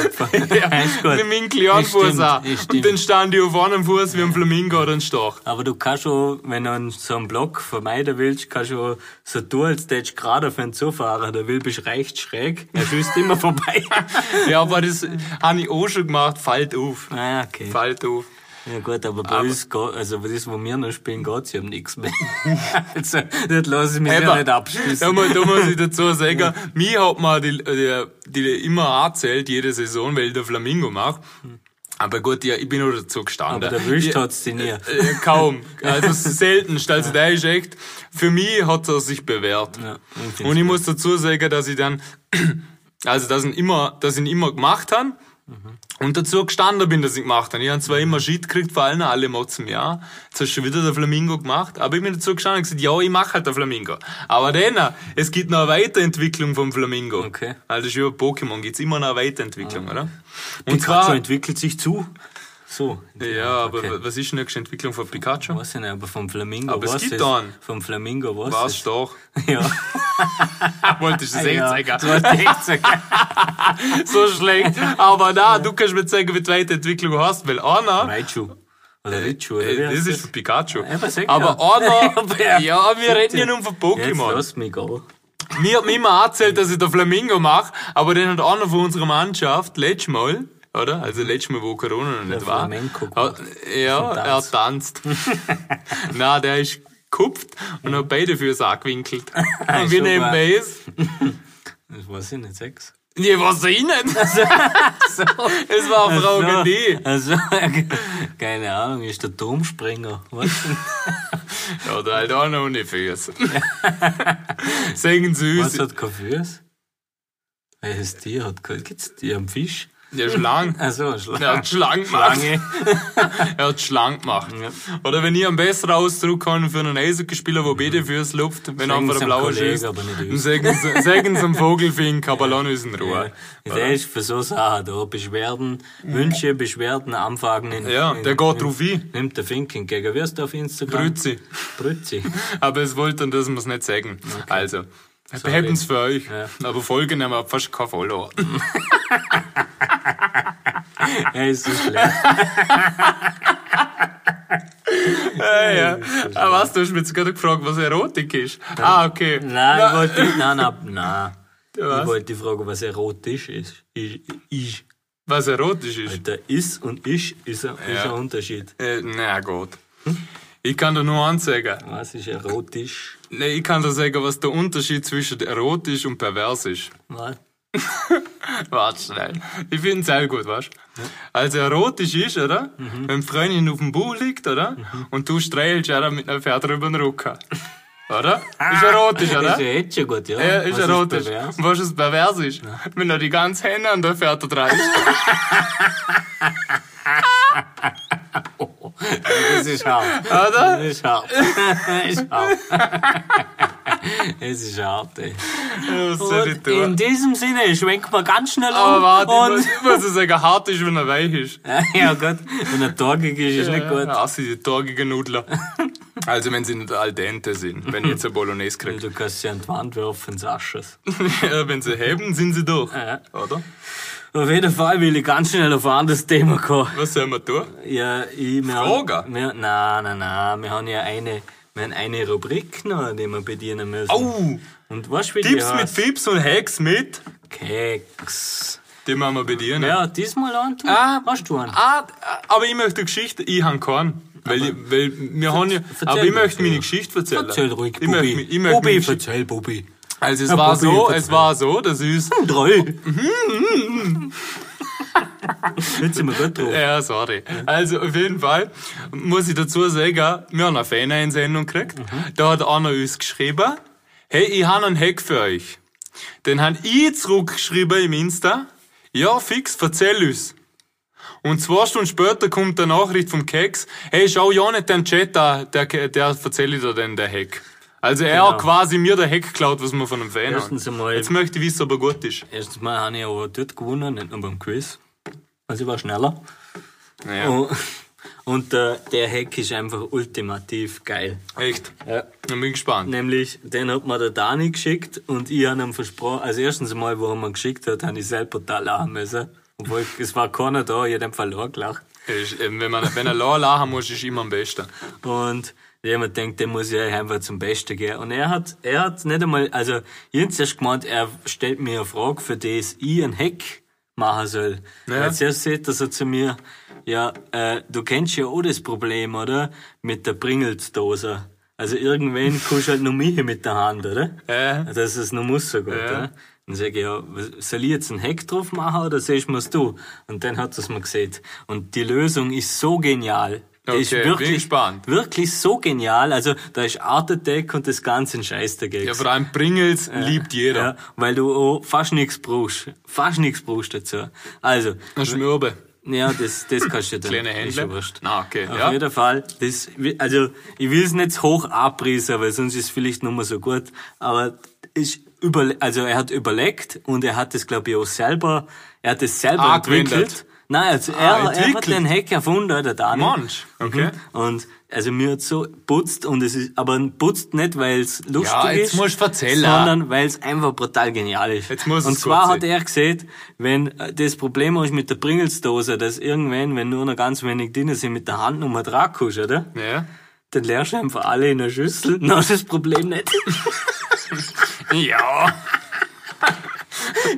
Ja, ist gut. dann winkel ich an Ist stimmt, Fuß an. ist stimmt. Und dann stand ich auf einem Fuß wie ein Flamingo oder ein Storch. Aber du kannst schon, wenn du so einen Block vermeiden willst, kannst du auch so tun, als hättest du gerade auf einen zufahren. Der will bist recht schräg. Er schießt immer vorbei. Ja, aber das habe ich auch schon gemacht. Fällt auf. Ah, okay. Fällt auf. Ja gut, aber bei uns, geht- also bei das, wo wir noch spielen, geht's ja um nichts mehr. also, das lasse ich mich ja Eben. nicht Da abschließen. muss, da muss ich dazu sagen, mir hat man die, die, die immer erzählt, jede Saison, weil ich den Flamingo mache. Aber gut, ja, ich bin nur dazu gestanden. Aber der Wüst Ich- hat's dir nie. äh, kaum. Also seltenst. Also der ist echt, für mich hat er sich bewährt. Ja, ich Und ich muss dazu sagen, dass ich dann, also dass ich ihn immer, dass ich ihn immer gemacht habe. Und dazu gestanden bin, dass ich ihn gemacht habe. Ich habe zwar immer Shit gekriegt, vor allem alle motzen mir ja. Jetzt hast du schon wieder den Flamingo gemacht. Aber ich bin dazu gestanden und gesagt, ja, ich mache halt den Flamingo. Aber dann, es gibt noch eine Weiterentwicklung vom Flamingo. Okay. Ah. Also das ist wie bei Pokémon, gibt's immer noch eine Weiterentwicklung, oder? Und Pikachu zwar, entwickelt sich zu. So. ja, aber Okay. was ist die nächste Entwicklung von Pikachu? Weiß ich nicht, aber vom Flamingo Aber es weiß gibt ich's. einen. Vom Flamingo weiß Was doch? ich's. Ja. Wolltest du das echt ja. sagen? Das wollte ich echt sagen. so schlecht. Aber na, du kannst mir zeigen, wie die Weiterentwicklung hast, weil einer, Raichu. Oder Richu, oder wie äh, das heißt ist für Pikachu. Ja, aber sag Aber ja. Ja, einer, aber- ja, wir reden ja nun von Jetzt Pokémon. lass mich gehen. Mir hat mir immer erzählt, dass ich den Flamingo mache, aber den hat einer von unserer Mannschaft letztes Mal, oder? Also letztes Mal, wo Corona noch nicht war. Flamenco Ah, gemacht. Ja, Zum er Tanz. tanzt. Na, der ist gekupft und hat beide Füße angewinkelt. Und wir Schon nehmen wahr. das. Das weiß ich nicht, sechs. Nee, was ich nicht. So. Es war eine Frage D. Also, keine Ahnung, ist der Turmspringer. Was denn? Ja, Oder halt auch noch ohne Füße. Sagen Was süß. hat kein Fuß? Welches Tier hat kein Gibt's Tier am Fisch? Der Schlang. Also Schlange. Er hat Schlang gemacht. Schlange. Er hat Schlang gemacht. Oder wenn ich einen besseren Ausdruck kann für einen Eishockeyspieler, wo beide Füße lupft, wenn Sagen Mhm. Sie einfach der dem blaue Kollegen, schießt. aber nicht dann uns. Sagen sie- sagen sie dem Vogelfink, aber lassen uns in Ruhe. Der ist für so Sachen da. Beschwerden, Wünsche, Beschwerden, Anfragen. In, Mhm. Ja, in, der geht drauf ein. Nimmt der Fink entgegen. Wirst du auf Instagram? Grüezi. Brützi. Aber es wollte dann, dass wir es nicht sagen. Also, behalten es für euch. Aber folgen haben wir fast kein Follower. Er ist so schlecht. ja, ja. Ah, was, du hast mich jetzt gerade gefragt, was Erotik ist. Ah, okay. Nein, ich wollte nicht. Nein, nein, nein. was? Ich wollte fragen, was erotisch ist. Ich, ich. Was erotisch ist. Der ist und ich ist ein, ist ein Ja. Unterschied. Äh, na gut. Hm? Ich kann dir nur ansagen. Was ist erotisch? Nee, ich kann dir sagen, was der Unterschied zwischen erotisch und pervers ist. Was? Warte schnell. Ich finde es sehr gut, weißt du? Also erotisch ist, oder? Wenn die Freundin auf dem Bauch liegt, oder? Und du streichelst einer mit einem Pferd über den Rücken. Oder? Ah. Ist erotisch, Ist ja oder? jetzt schon gut, ja. Ja, ist Was erotisch. pervers? Und weißt du, was pervers ist? Wenn er die ganze Hände an der Pferde dreist. Das ist hart. Oder? Das ist hart. Das ist hart. Es ist hart, ey. Was soll ich Und in tun? diesem Sinne schwenkt man ganz schnell um. Aber warte, und ich muss, ich muss ja sagen, hart ist, wenn er weich ist. ja gut, wenn er torkig ist, ist nicht gut. Ja, sie die torgigen Nudler. Also, wenn sie nicht al dente sind, wenn ich jetzt eine Bolognese Weil kriege. Du kannst sie an die Wand werfen, Saschas. Ja, wenn sie heben, sind sie durch. Ja. Oder? Auf jeden Fall will ich ganz schnell auf ein anderes Thema kommen. Was sollen wir tun? Ja, ich, wir Fragen? Haben, wir, nein, nein, nein. Wir haben ja eine, wir haben eine Rubrik noch, die wir bedienen müssen. Au! Und was will Tipps ich mit Fips und Hacks mit. Keks. Die machen wir bedienen. Ja, diesmal an. du. Ah. hast du einen? Ah, aber ich möchte eine Geschichte, ich habe keinen. Weil, ich, weil wir haben ja, erzähl aber ich mir möchte erzähl. meine Geschichte erzählen. Erzähl ruhig, ich möchte, Bubi. ich möchte meine Bubi, Geschichte- erzähl, Bubi. Also es Ja, war Bubi, so, erzähl. es war so, dass uns, Drei. Mhm, Jetzt sind wir gut drauf. ja sorry, also auf jeden Fall muss ich dazu sagen, wir haben eine Fan-Einsendung gekriegt, Mhm. da hat einer uns geschrieben, hey, ich habe einen Hack für euch. Den hat ich zurückgeschrieben im Insta, ja fix, erzähl uns. Und zwei Stunden später kommt der Nachricht vom Keks, hey, schau ja nicht den Chat an, der, der erzähle dir dann der Hack. Also er hat Genau. quasi mir der Hack geklaut, was man von einem Fan Erstens hat. einmal- Jetzt möchte ich wissen, ob er gut ist. Erstens mal habe ich aber dort gewonnen, nicht nur beim Quiz. Also ich war schneller. Naja. Und, und äh, der Hack ist einfach ultimativ geil. Echt? Ja. Dann bin ich gespannt. Nämlich, den hat mir der Dani geschickt und ich habe ihm versprochen, also erstens mal, wo er mir geschickt hat, habe ich selber da lachen müssen. Obwohl, es war keiner da, ich habe einfach laut gelacht. Ist, ähm, Wenn man, wenn er lachen muss, ist immer am besten. Und jemand denkt, den muss ich euch einfach zum Besten geben. Und er hat, er hat nicht einmal, also, jetzt erst gemeint, er stellt mir eine Frage, für die es ich einen Hack machen soll. Ja. Als er sieht, dass er zu mir, ja, äh, du kennst ja auch das Problem, oder? Mit der Pringelsdose. Also, irgendwann kannst du halt nur mich mit der Hand, oder? Also, Ja. Dass es noch muss so gut, Ja. oder? Dann sag ich, ja, was- soll ich jetzt einen Hack drauf machen oder siehst du es du? Und dann hat er es mir gesehen. Und die Lösung ist so genial. Die ist Okay, bin wirklich, gespannt. wirklich so genial. Also da ist Art Attack und das Ganze ein Scheiß dagegen. Ja, vor allem Pringles liebt jeder. Ja, weil du auch fast nichts brauchst. Fast nichts brauchst dazu. Also, Eine Schmürbe. ja, das, das kannst du dann. Kleine Händler? Ist ja wurscht. Na, okay, Auf ja. jeden Fall. Das, also, ich will es nicht zu hoch abreißen, weil sonst ist es vielleicht nicht mehr so gut. Aber ich über, also er hat überlegt und er hat das, glaube ich, auch selber, er hat das selber Ah, entwickelt. gewendet. Nein, also er, er hat Ah, entwickelt. den Hack erfunden, der Daniel. Mensch, Mhm. okay. Und, also mir hat so putzt und es ist, aber putzt nicht, weil es lustig Ja, jetzt ist, musst du erzählen. sondern weil es einfach brutal genial ist. Jetzt muss und es zwar gut hat sein. er gesehen, wenn äh, das Problem ist mit der Pringelsdose, dass irgendwann, wenn nur noch ganz wenig drin sind, mit der Hand nochmal dran kannst, oder? Ja. Dann leerst du einfach alle in der Schüssel, dann hast du das Problem nicht. Ja.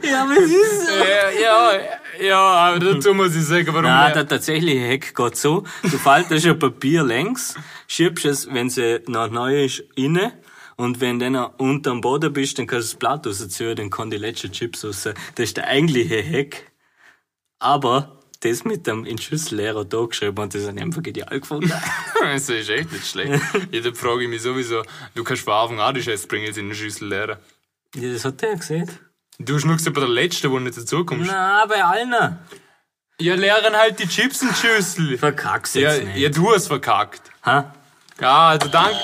ja, aber es ist so. ja, ja, ja, aber dazu muss ich sagen, warum. Nein, er- der tatsächliche Hack geht so. Du faltest ein Papier längs, schiebst es, wenn sie noch neu ist, inne. Und wenn du dann unterm Boden bist, dann kannst du das Blatt rausziehen, dann kann die letzten Chips raus. Das ist der eigentliche Hack. Aber das mit dem in Schüssellehrer da geschrieben und das habe ich einfach genial gefunden. das ist echt nicht schlecht. Jeder frage ich mich sowieso, du kannst von Anfang an die scheiß Pringles in eine Schüssel leeren. ja, das hat der gesehen. Du schnuckst aber der Letzte, wo nicht dazukommst. Na, bei allen. Ja, leeren halt die Chips in die Schüssel. Verkack's Ja, jetzt nicht. ja, du hast verkackt. Ha? Ja, also danke.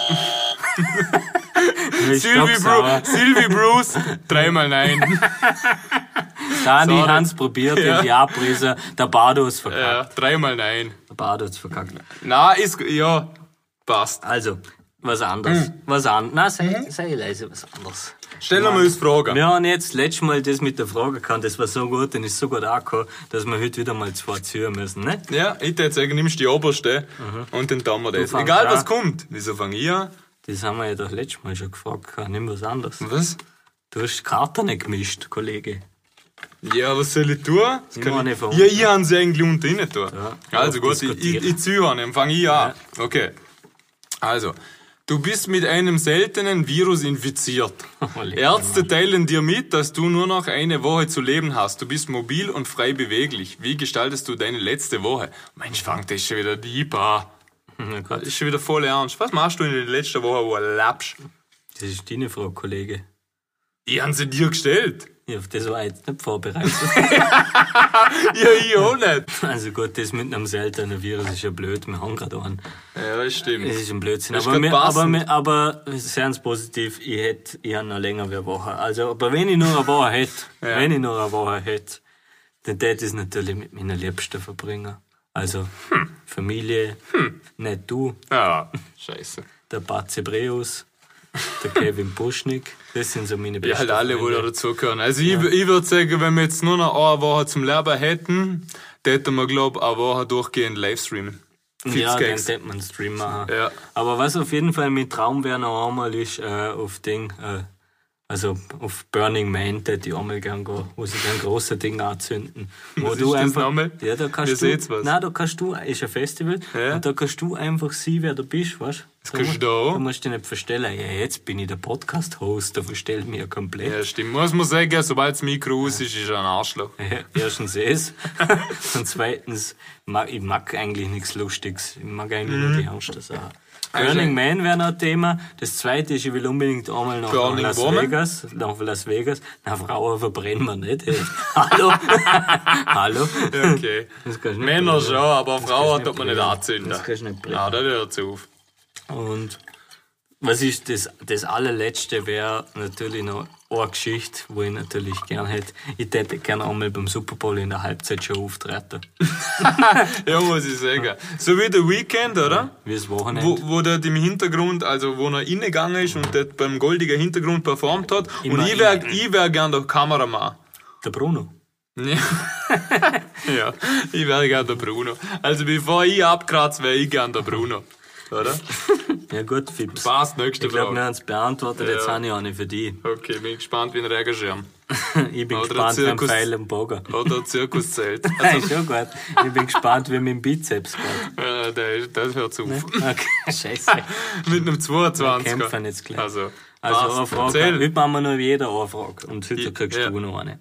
Ich Silvi, stopp's Bru aber. Silvi Bruce, dreimal nein. Dani Sorry. Hans probiert Ja. und die Abriser. Der Bardo hat's verkackt. Ja, dreimal nein. Der Bardo hat's verkackt. Na, ist, ja, passt. Also, was anderes. Was anderes. Na, sei, sei leise, was anderes. Stellen wir uns Fragen. Wir haben jetzt letztes Mal das mit der Frage gehabt, das war so gut und ist so gut angekommen, dass wir heute wieder mal zwei ziehen müssen, ne? Ja, ich würde sagen, nimmst die oberste und dann tun wir das. fangst Egal was an. kommt. Wieso fange ich an? Das haben wir ja doch letztes Mal schon gefragt, gehabt, nimm was anderes. Was? Du hast die Karten nicht gemischt, Kollege. Ja, was soll ich tun? Das Ich kann meine, ich von ja, ich habe sie eigentlich unten rein tun. Ja, also gut, ich, ich, diskutieren. ich ziehe an, dann fange ich an. Okay. Also, du bist mit einem seltenen Virus infiziert. lecker, Ärzte teilen dir mit, dass du nur noch eine Woche zu leben hast. Du bist mobil und frei beweglich. Wie gestaltest du deine letzte Woche? Mensch, fangt das schon wieder deep an. Hm, Na Gott, Ist schon wieder voll ernst. Was machst du in der letzten Woche, wo du lebst? das ist deine Frage, Kollege. Ich habe sie dir gestellt. Ja, auf das war ich jetzt nicht vorbereitet. Ja, ich auch nicht. Also gut, das mit einem seltenen Virus ist ja blöd, wir haben gerade einen. Ja, das Das stimmt. ist ein Blödsinn. Das ist Aber, grad mir, aber, passend. mir, aber seien Sie positiv, ich hätte ich hab noch länger wie eine Woche. Also, aber wenn ich nur eine Woche hätte, Ja. wenn ich nur eine Woche hätte, dann tät ich es natürlich mit meiner Liebsten verbringen. Also Hm. Familie, nicht du, Ja, scheiße. der Batze Breus, der Kevin Buschnick, das sind so meine besten Ja, halt alle, die Freunde. da dazugehören. Also ich, ich würde sagen, wenn wir jetzt nur noch eine Woche zum Leben hätten, dann hätten wir, glaube ich, eine Woche durchgehend Livestreamen. Ja, den Gags. tät man Streamer auch. Ja. Aber was auf jeden Fall mein Traum wäre noch einmal ist, äh, auf Ding, äh, also auf Burning Man, tät ich einmal gern gehen, wo sie dann große Ding anzünden. Wo ist das nochmal? Ja, da kannst Wir du. sehen's was. Nein, da kannst du, ist ein Festival, Ja. und da kannst du einfach sein, wer du bist, weißt das kannst du da auch. Du musst dich nicht verstellen. Ja, jetzt bin ich der Podcast-Host, da verstell ich mich ja komplett. Ja, stimmt. Muss man sagen, sobald das Mikro aus ist, ist er ein Arschloch. Ja, Erstens es. Und zweitens, mag, ich mag eigentlich nichts Lustiges. Ich mag eigentlich nur die ernsten Sachen. Mhm. Also- Burning Man wäre noch ein Thema. Das zweite ist, ich will unbedingt einmal nach Burning Las Woman? Vegas. Nach Las Vegas. Na, Frauen verbrennen wir nicht. Hey. Hallo? Hallo? Ja, Okay. Das kannst du nicht Männer bringen. schon, aber Frauen kannst du hat man nicht nicht anzünden. Das kannst du nicht bringen. Nein, das hört auf. Und was ist das, das allerletzte wäre natürlich noch eine Geschichte, wo ich natürlich gern hätte. Ich hätte gerne einmal beim Super Bowl in der Halbzeit schon auftreten. Ja, muss ich sagen. So wie der Weekend, oder? Wie das Wochenende. Wo, wo der im Hintergrund, also wo er reingegangen ist und dort beim goldigen Hintergrund performt hat. Immer und ich wär, ich wär gern der Kameramann. Der Bruno. Ja. ja, ich wär gern der Bruno. Also bevor ich abkratze, wär ich gern der Bruno. Oder? Ja gut, Fips. Passt, nächste Ich glaube, wir Frage. haben es beantwortet, jetzt Ja. habe ich eine für dich. Okay, bin gespannt wie ein Regenschirm. Ich bin gespannt Oder beim Zirkus. Pfeil und Bogen. Oder ein Zirkuszelt. Also, Also, schon gut. Ich bin gespannt, wie mit dem Bizeps geht. äh, der ist- das hört auf. Okay, scheiße. Mit einem 22er. Wir kämpfen jetzt gleich. Also, Also eine passt. Frage. Erzähl. Heute machen wir nur jeder eine Frage. Und heute Ja, kriegst ja. du noch eine.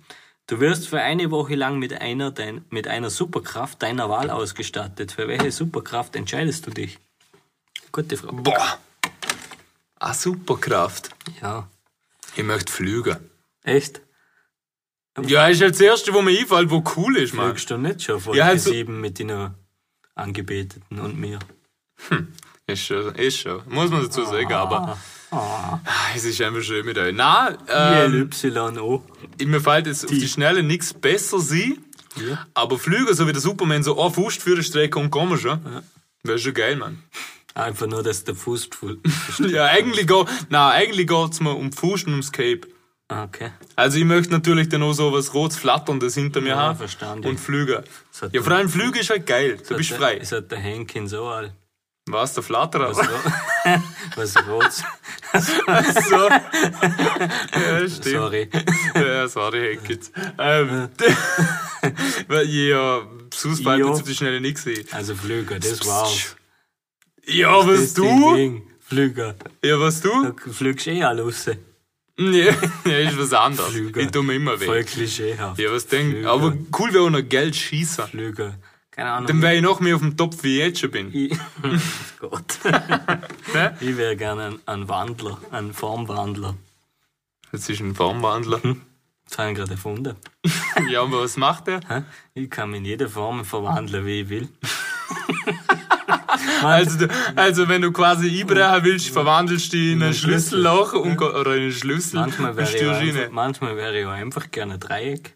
Du wirst für eine Woche lang mit einer, dein, mit einer Superkraft deiner Wahl ausgestattet. Für welche Superkraft entscheidest du dich? Gute Frage. Boah. Eine Superkraft. Ja. Ich möchte fliegen. Echt? Ja, ist jetzt das erste, wo mir einfällt, wo cool ist, man. Kriegst du nicht schon von Ja, ja, halt so- sieben mit deiner Angebeteten und mir? Ist schon, ist schon. Muss man dazu sagen, aber. Ah, Es ist einfach schön mit euch. Nein, ähm, ILYO. mir fällt jetzt auf die Schnelle nichts besser sein. Ja. Aber Flüger, so wie der Superman, so auf Wurst für die Strecke und kommen schon. Wäre schon geil, Mann. Einfach nur, dass der Fuß voll. Ja, eigentlich geht, na, eigentlich geht's mir um Fuß und ums Cape. Ah, okay. Also ich möchte natürlich dann auch so was rot flatterndes hinter mir Ja, haben. verstanden. Und Flüger. hat Ja, vor allem Flüge ist halt geil. Du bist frei. Das hat der Henkin so all. Was, der Flatterer? Was, ro- was rot. so. ja, stimmt. Sorry. Ja, sorry, Henkitz. Ähm, weil ich ja, sonst fällt Ja. mir zu die Schnelle nichts ein. Also Flüger, das war's. Ja, Das was ist dein du? Ding. Flüger. Ja, was Du du? fliegst eh alle raus. Nee, ja, ist was anderes. Flüger. Ich tu mir immer Voll weg. klischeehaft. Ja, was denk, Flüger. aber cool wäre auch noch Geld schießen. Flüger. Keine Ahnung. Dann wäre ich noch mehr auf dem Topf, wie ich jetzt schon bin. ich, Gott. Ne? ich wäre gerne ein, ein Wandler, ein Formwandler. Das ist ein Formwandler. Hm. Das habe ich gerade erfunden. Ja, aber was macht er? Hä? Ich kann mich in jeder Form verwandeln, wie ich will. Also, du, also wenn du quasi einbrechen willst, verwandelst du dich in ein Schlüssel. Schlüsselloch und, go- oder in einen Schlüssel Manchmal und wäre ich, stürzt auch einfach- rein. manchmal wäre ich auch einfach gerne ein Dreieck.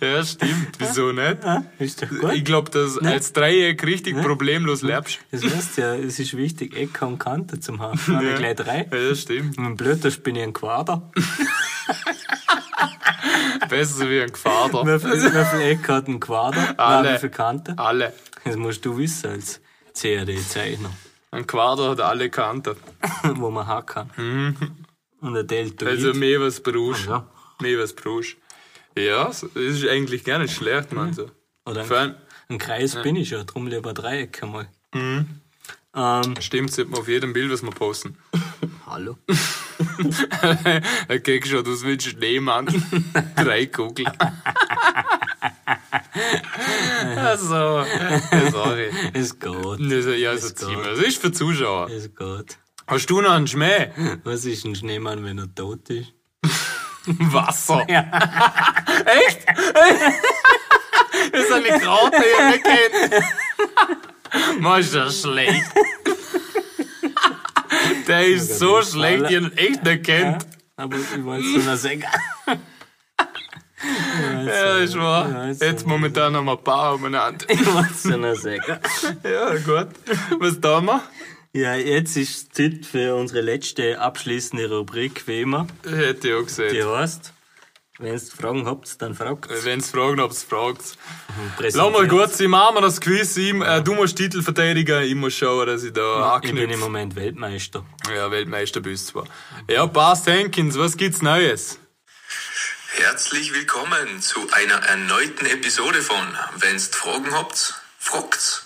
Ja, stimmt. Wieso nicht? Ist doch Ich gut. Ne? glaube, dass als Dreieck richtig problemlos lebst. Das weißt du ja, es ist wichtig, Ecke und Kante zum haben. Dann habe ich gleich drei. Ja, das stimmt. Und blöd, da bin ich ein Quader. Besser wie ein Gefahr Wie viel, wie viel Ecke hat ein Quader? Alle. Nein, wie viel Kante? Alle. Das musst du wissen als CAD-Zeichner, Ein Quader hat alle Kanten. wo man hacken kann. Und ein Deltoid. Mhm. Also mehr was brauchst. Ah, Ja. Mehr was brauchst. Ja, so- das ist eigentlich gar nicht schlecht, man. So. Oder Vor ein, allem, ein Kreis bin ich ja, drum lieber Dreieck einmal. Mhm. Ähm, stimmt, sieht man auf jedem Bild, was wir posten. hallo? Da kriegst du Äh, schon, du willst Schneemann. Drei Kugeln. also, sorry. Es geht. Das, ja, das ist ein geht. Das ist für Zuschauer. Es geht. Hast du noch einen Schmäh? Was ist ein Schneemann, wenn er tot ist? Wasser. Ja. Echt? das ist eine Kraute, die ich nicht kennt. Man ist ja schlecht. Der ist so schlecht, die ihn echt nicht kennt. Aber ich wollte es nur sagen. Ja, ist Ja, wahr. ist Jetzt momentan haben wir ein paar umeinander. Ich wollte es nur sagen. Ja, gut. Was tun wir? Ja, jetzt ist Zeit für unsere letzte abschließende Rubrik, wie immer. Hätte ich auch gesehen. Die heißt, wenn ihr Fragen habt, dann fragt. Wenn es fragen, ob es fragt. Äh, Lass mal gut sein, machen wir das Quiz. Ich, äh, du musst Titelverteidiger, ich muss schauen, dass ich da Ich bin im anknüpfe. Moment Weltmeister. Ja, Weltmeister bist du zwar. Ja, Bast Hankins, was gibt's Neues? Herzlich willkommen zu einer erneuten Episode von Wenn's Fragen habt, fragt's.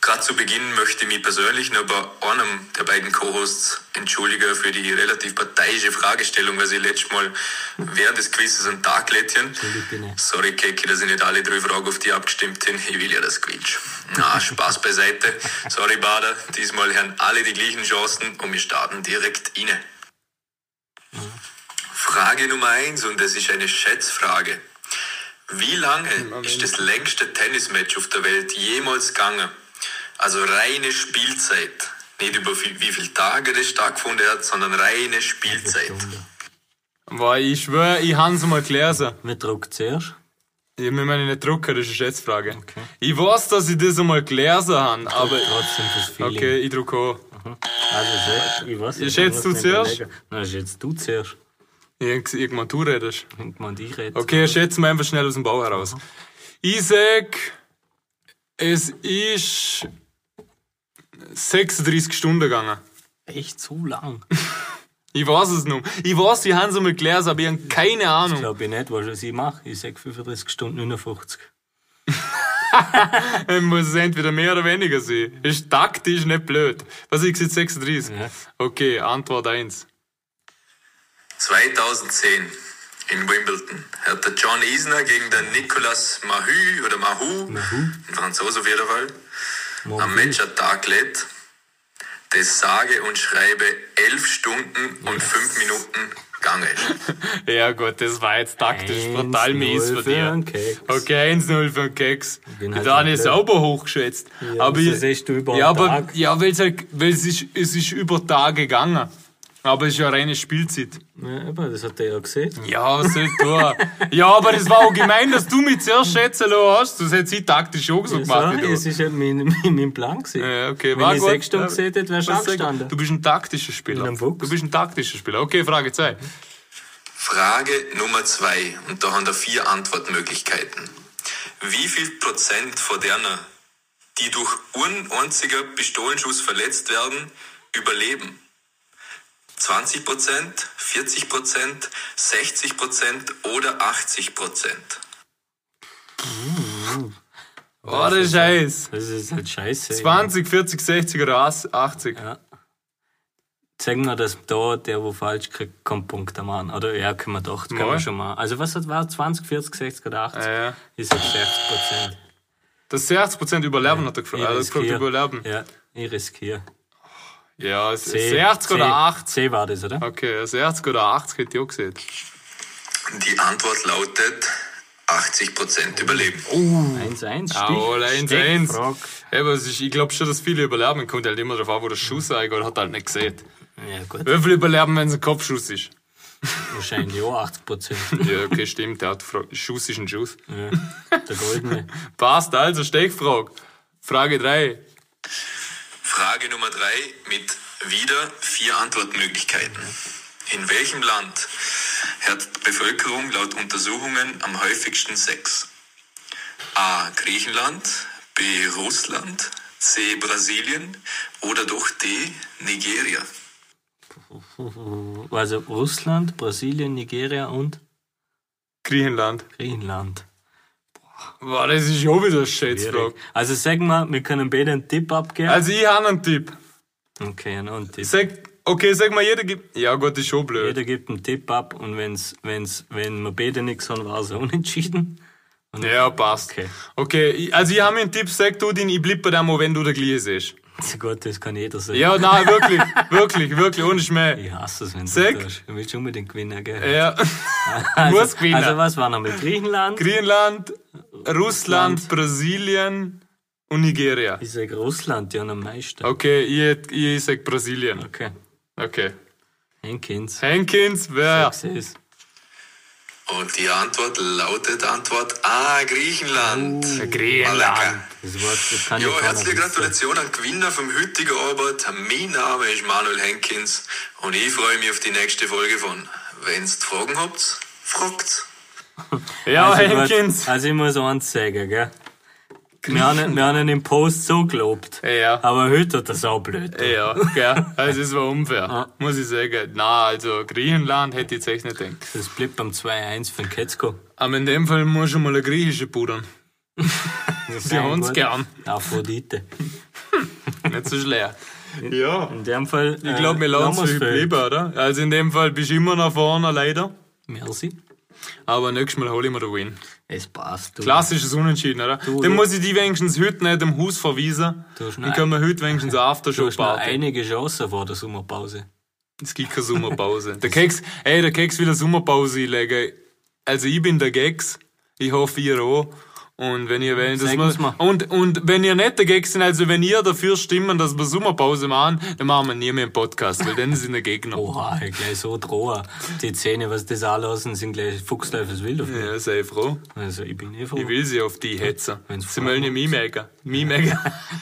Gerade zu Beginn möchte ich mich persönlich nur bei einem der beiden Co-Hosts entschuldigen für die relativ parteiische Fragestellung, weil sie letztes Mal während des Quizzes einen Tag lädchen. Sorry, Keke, dass ich nicht alle drei Fragen auf die abgestimmt bin. Ich will ja das Quiz. Na, Spaß beiseite. Sorry, Bader. Diesmal haben alle die gleichen Chancen und wir starten direkt rein. Frage Nummer eins und es ist eine Schätzfrage. Wie lange ist das längste Tennismatch auf der Welt jemals gegangen? Also reine Spielzeit. Nicht über viel, wie viele Tage das stattgefunden hat, sondern reine Spielzeit. Weil ich schwöre, ich hab's mal gelesen. Wir druckt zuerst. Ich muss meine nicht drucken, das ist eine Schätzfrage. Ich weiß, dass ich das einmal gelesen habe, aber. Trotzdem fürs Feeling. Okay, ich drucke auch. Also, sehr- ich weiß nicht. schätzt du zuerst? Nein, schätzt du zuerst. Irgendwann du redest. Irgendwann ich rede. Okay, schätzen wir einfach schnell aus dem Bau heraus. Ich sag, es ist 36 Stunden gegangen. Echt zu lang. Ich weiß es noch. Ich weiß, ich haben es einmal gelesen, aber ich habe keine Ahnung. Glaube ich nicht, was ich mache. Ich sage 35 Stunden 59. Dann muss es entweder mehr oder weniger sein. Ist taktisch nicht blöd. Was ich gesagt 36. Ja. Okay, Antwort 1. 2010 in Wimbledon hat der John Isner gegen den Nicolas Mahut oder Mahut, ein Franzose auf jeden Fall, am Match an den Tag lädt, das sage und schreibe 11 Stunden und 5 Minuten gegangen ist. Ja gut, das war jetzt taktisch 1-0 brutal mies von für dir. den Keks. Okay, 1-0 für den Keks. bin Ich halt habe ich nicht sauber hochgeschätzt. Ja, aber das ich- siehst du über ja, den aber, Tag. Ja, weil es, halt- weil es ist, es ist über Tage gegangen. Aber es ist ja reine Spielzeit. Ja, aber das hat er ja gesehen. Ja, was soll ich tun? ja, aber das war auch gemein, dass du mich zuerst schätzen lassen hast. Das hätte ich taktisch auch so Das gemacht. war, wie du. es ist ja mein, mein, mein Plan gewesen. Ja, okay, Wenn war ich gut. sechs Stunden Ja, gesehen hätte, wärst du was sag- angestanden. Du bist ein taktischer Spieler. bin ein Fuchs. Mhm. Du bist ein taktischer Spieler. Okay, Frage 2. Frage Nummer zwei. Und da haben wir vier Antwortmöglichkeiten. Wie viel Prozent von derner, die durch einen einzigen Pistolenschuss verletzt werden, überleben? 20 Prozent, 40 Prozent, 60 Prozent oder 80 Prozent? Oh, der Scheiß. Das ist halt scheiße. 20, 40, 60 oder 80. Zeigen wir, dass da der, wo falsch kriegt, keinen Punkt am Mann. Oder ja, können wir doch, können Mal. wir schon mal. Also was hat war 20, 40, 60 oder 80? Ja, ja. Ist jetzt 60 Prozent. Das 60% Überleben hat er gefragt. Er hat gefragt, Überleben. Ja, ich riskiere. Ja, es- C, 60 oder C. 80. C war das, oder? Okay, 60 oder 80 hätte ich auch gesehen. Die Antwort lautet 80 Prozent überleben. 1-1, Stich. Jawohl, 1-1. Stichfrag. Eben, es ist- ich glaube schon, dass viele Überleben kommt halt immer darauf an, wo der Mhm. Schuss eingeht, hat er halt nicht gesehen. Ja gut, Wie viel Überleben, wenn es ein Kopfschuss ist? wahrscheinlich auch 80 Prozent. Ja, okay, stimmt, der hat gefragt, Schuss ist ein Schuss. Ja, der Goldene. Passt, also Stechfrage. Frage 3. Frage Nummer drei mit wieder vier Antwortmöglichkeiten. In welchem Land hat die Bevölkerung laut Untersuchungen am häufigsten Sex? A. Griechenland, B. Russland, C. Brasilien oder doch D. Nigeria? Also Russland, Brasilien, Nigeria und Griechenland. Griechenland. Boah, das ist ja auch wieder eine Schätzfrage. Also sagen wir, wir können beide einen Tipp abgeben. Also, ich habe einen Tipp. Also- Okay, noch einen Tipp. Sag, okay, sag mal, jeder gibt. Ja, Gott, ist schon blöd. Jeder gibt einen Tipp ab und wenn's, wenn's, wenn wir beide nichts haben, war es unentschieden. Ja, passt. Okay. Okay, ich- also ich habe mir einen Tipp, sag du den, ich bleib bei dem, auch wenn du der gleiche siehst. Gut, das kann jeder sagen. Ja, nein, wirklich, wirklich, wirklich, ohne Schmäh. Ich hasse es, wenn du Sag. das tust. Du willst unbedingt gewinnen, gell? Ja, also, muss gewinnen. Also, was war noch mit Griechenland? Griechenland, Russland, Brasilien und Nigeria. ich sag Russland, die haben am meisten. Okay, ich, hätt- ich sag Brasilien. Okay. Okay. Henkins. Hankins, wer? Sag's es. Und die Antwort lautet Antwort A, Griechenland. Griechenland. Das Wort das kann Ja, ich herzliche Gratulation an Gewinner vom heutigen Arbeit. Mein Name ist Manuel Henkins und ich freue mich auf die nächste Folge von Wenn's Fragen habt, fragt's. Ja, Also, gut, Hankins. also ich muss eins sagen, gell? Wir haben, wir haben ihn im Post so gelobt. Ja. Aber heute hat er so blöd. Ja, gell. Also, es war unfair. Muss ich sagen. Na, also, Griechenland hätte ich jetzt echt nicht gedacht. Das bleibt beim 2-1 von Ketzko. Aber in dem Fall muss schon mal ein griechische pudern. Sie haben's gern. Aphrodite. Nicht so schlecht. Ja. In dem Fall. Ich glaube, wir Äh, lassen es lieber, oder? Also, in dem Fall bist du immer nach vorne, leider. Merci. Aber nächstes Mal hole ich mir den Win. Es passt. Du. Klassisches Unentschieden, oder? du- Dann muss ich die wenigstens heute nicht im Haus verwiesen. Du hast noch Dann können wir heute wenigstens eine Du hast Aftershow noch party einige Chancen vor der Sommerpause. Es gibt keine Sommerpause. Der Keks, ey, der Keks will eine Sommerpause einlegen. Also ich bin der Keks. Ich hoffe, ihr auch. Und wenn ihr wählen, dass Sagen wir, Sie mal. und, und wenn ihr nicht der Keks sind, also wenn ihr dafür stimmen, dass wir Sommerpause machen, dann machen wir nie mehr einen Podcast, weil dann sind wir Gegner. Oha, ey, gleich so droher. Die Zähne, was das anlassen, sind gleich Fuchsteufelswild auf mich. Ja, sei froh. Also, ich bin eh froh. Ich will sie auf die hetzen. Wenn's Sie wollen ja mich merken. Mich merken.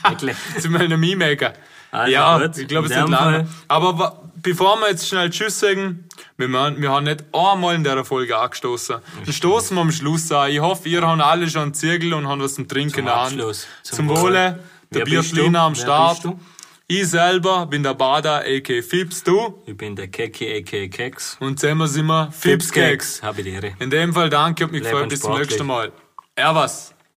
Wirklich. Sie wollen ja mich merken. Also ja, gut, ich glaube, in es wird dem lange. Fall. Aber wa- bevor wir jetzt schnell Tschüss sagen, wir, machen, wir haben nicht einmal in dieser Folge angestoßen. Dann stoßen wir am Schluss an. Ich hoffe, ihr habt alle schon einen Zirkel und habt was zum Trinken in der Hand. Abschluss. Zum, Zum Wohle. Wohle. Der Wer bist Bierschliner du? am Wer Start. bist du? Ich selber bin der Bader, a.k. Fips, du. Ich bin der Keki, a.k.a. Keks. Und zusammen sind wir Fips Keks. Habe ich die Ehre. In dem Fall danke und mich Bleiben gefreut. Bis zum sportlich. nächsten Mal. Er was.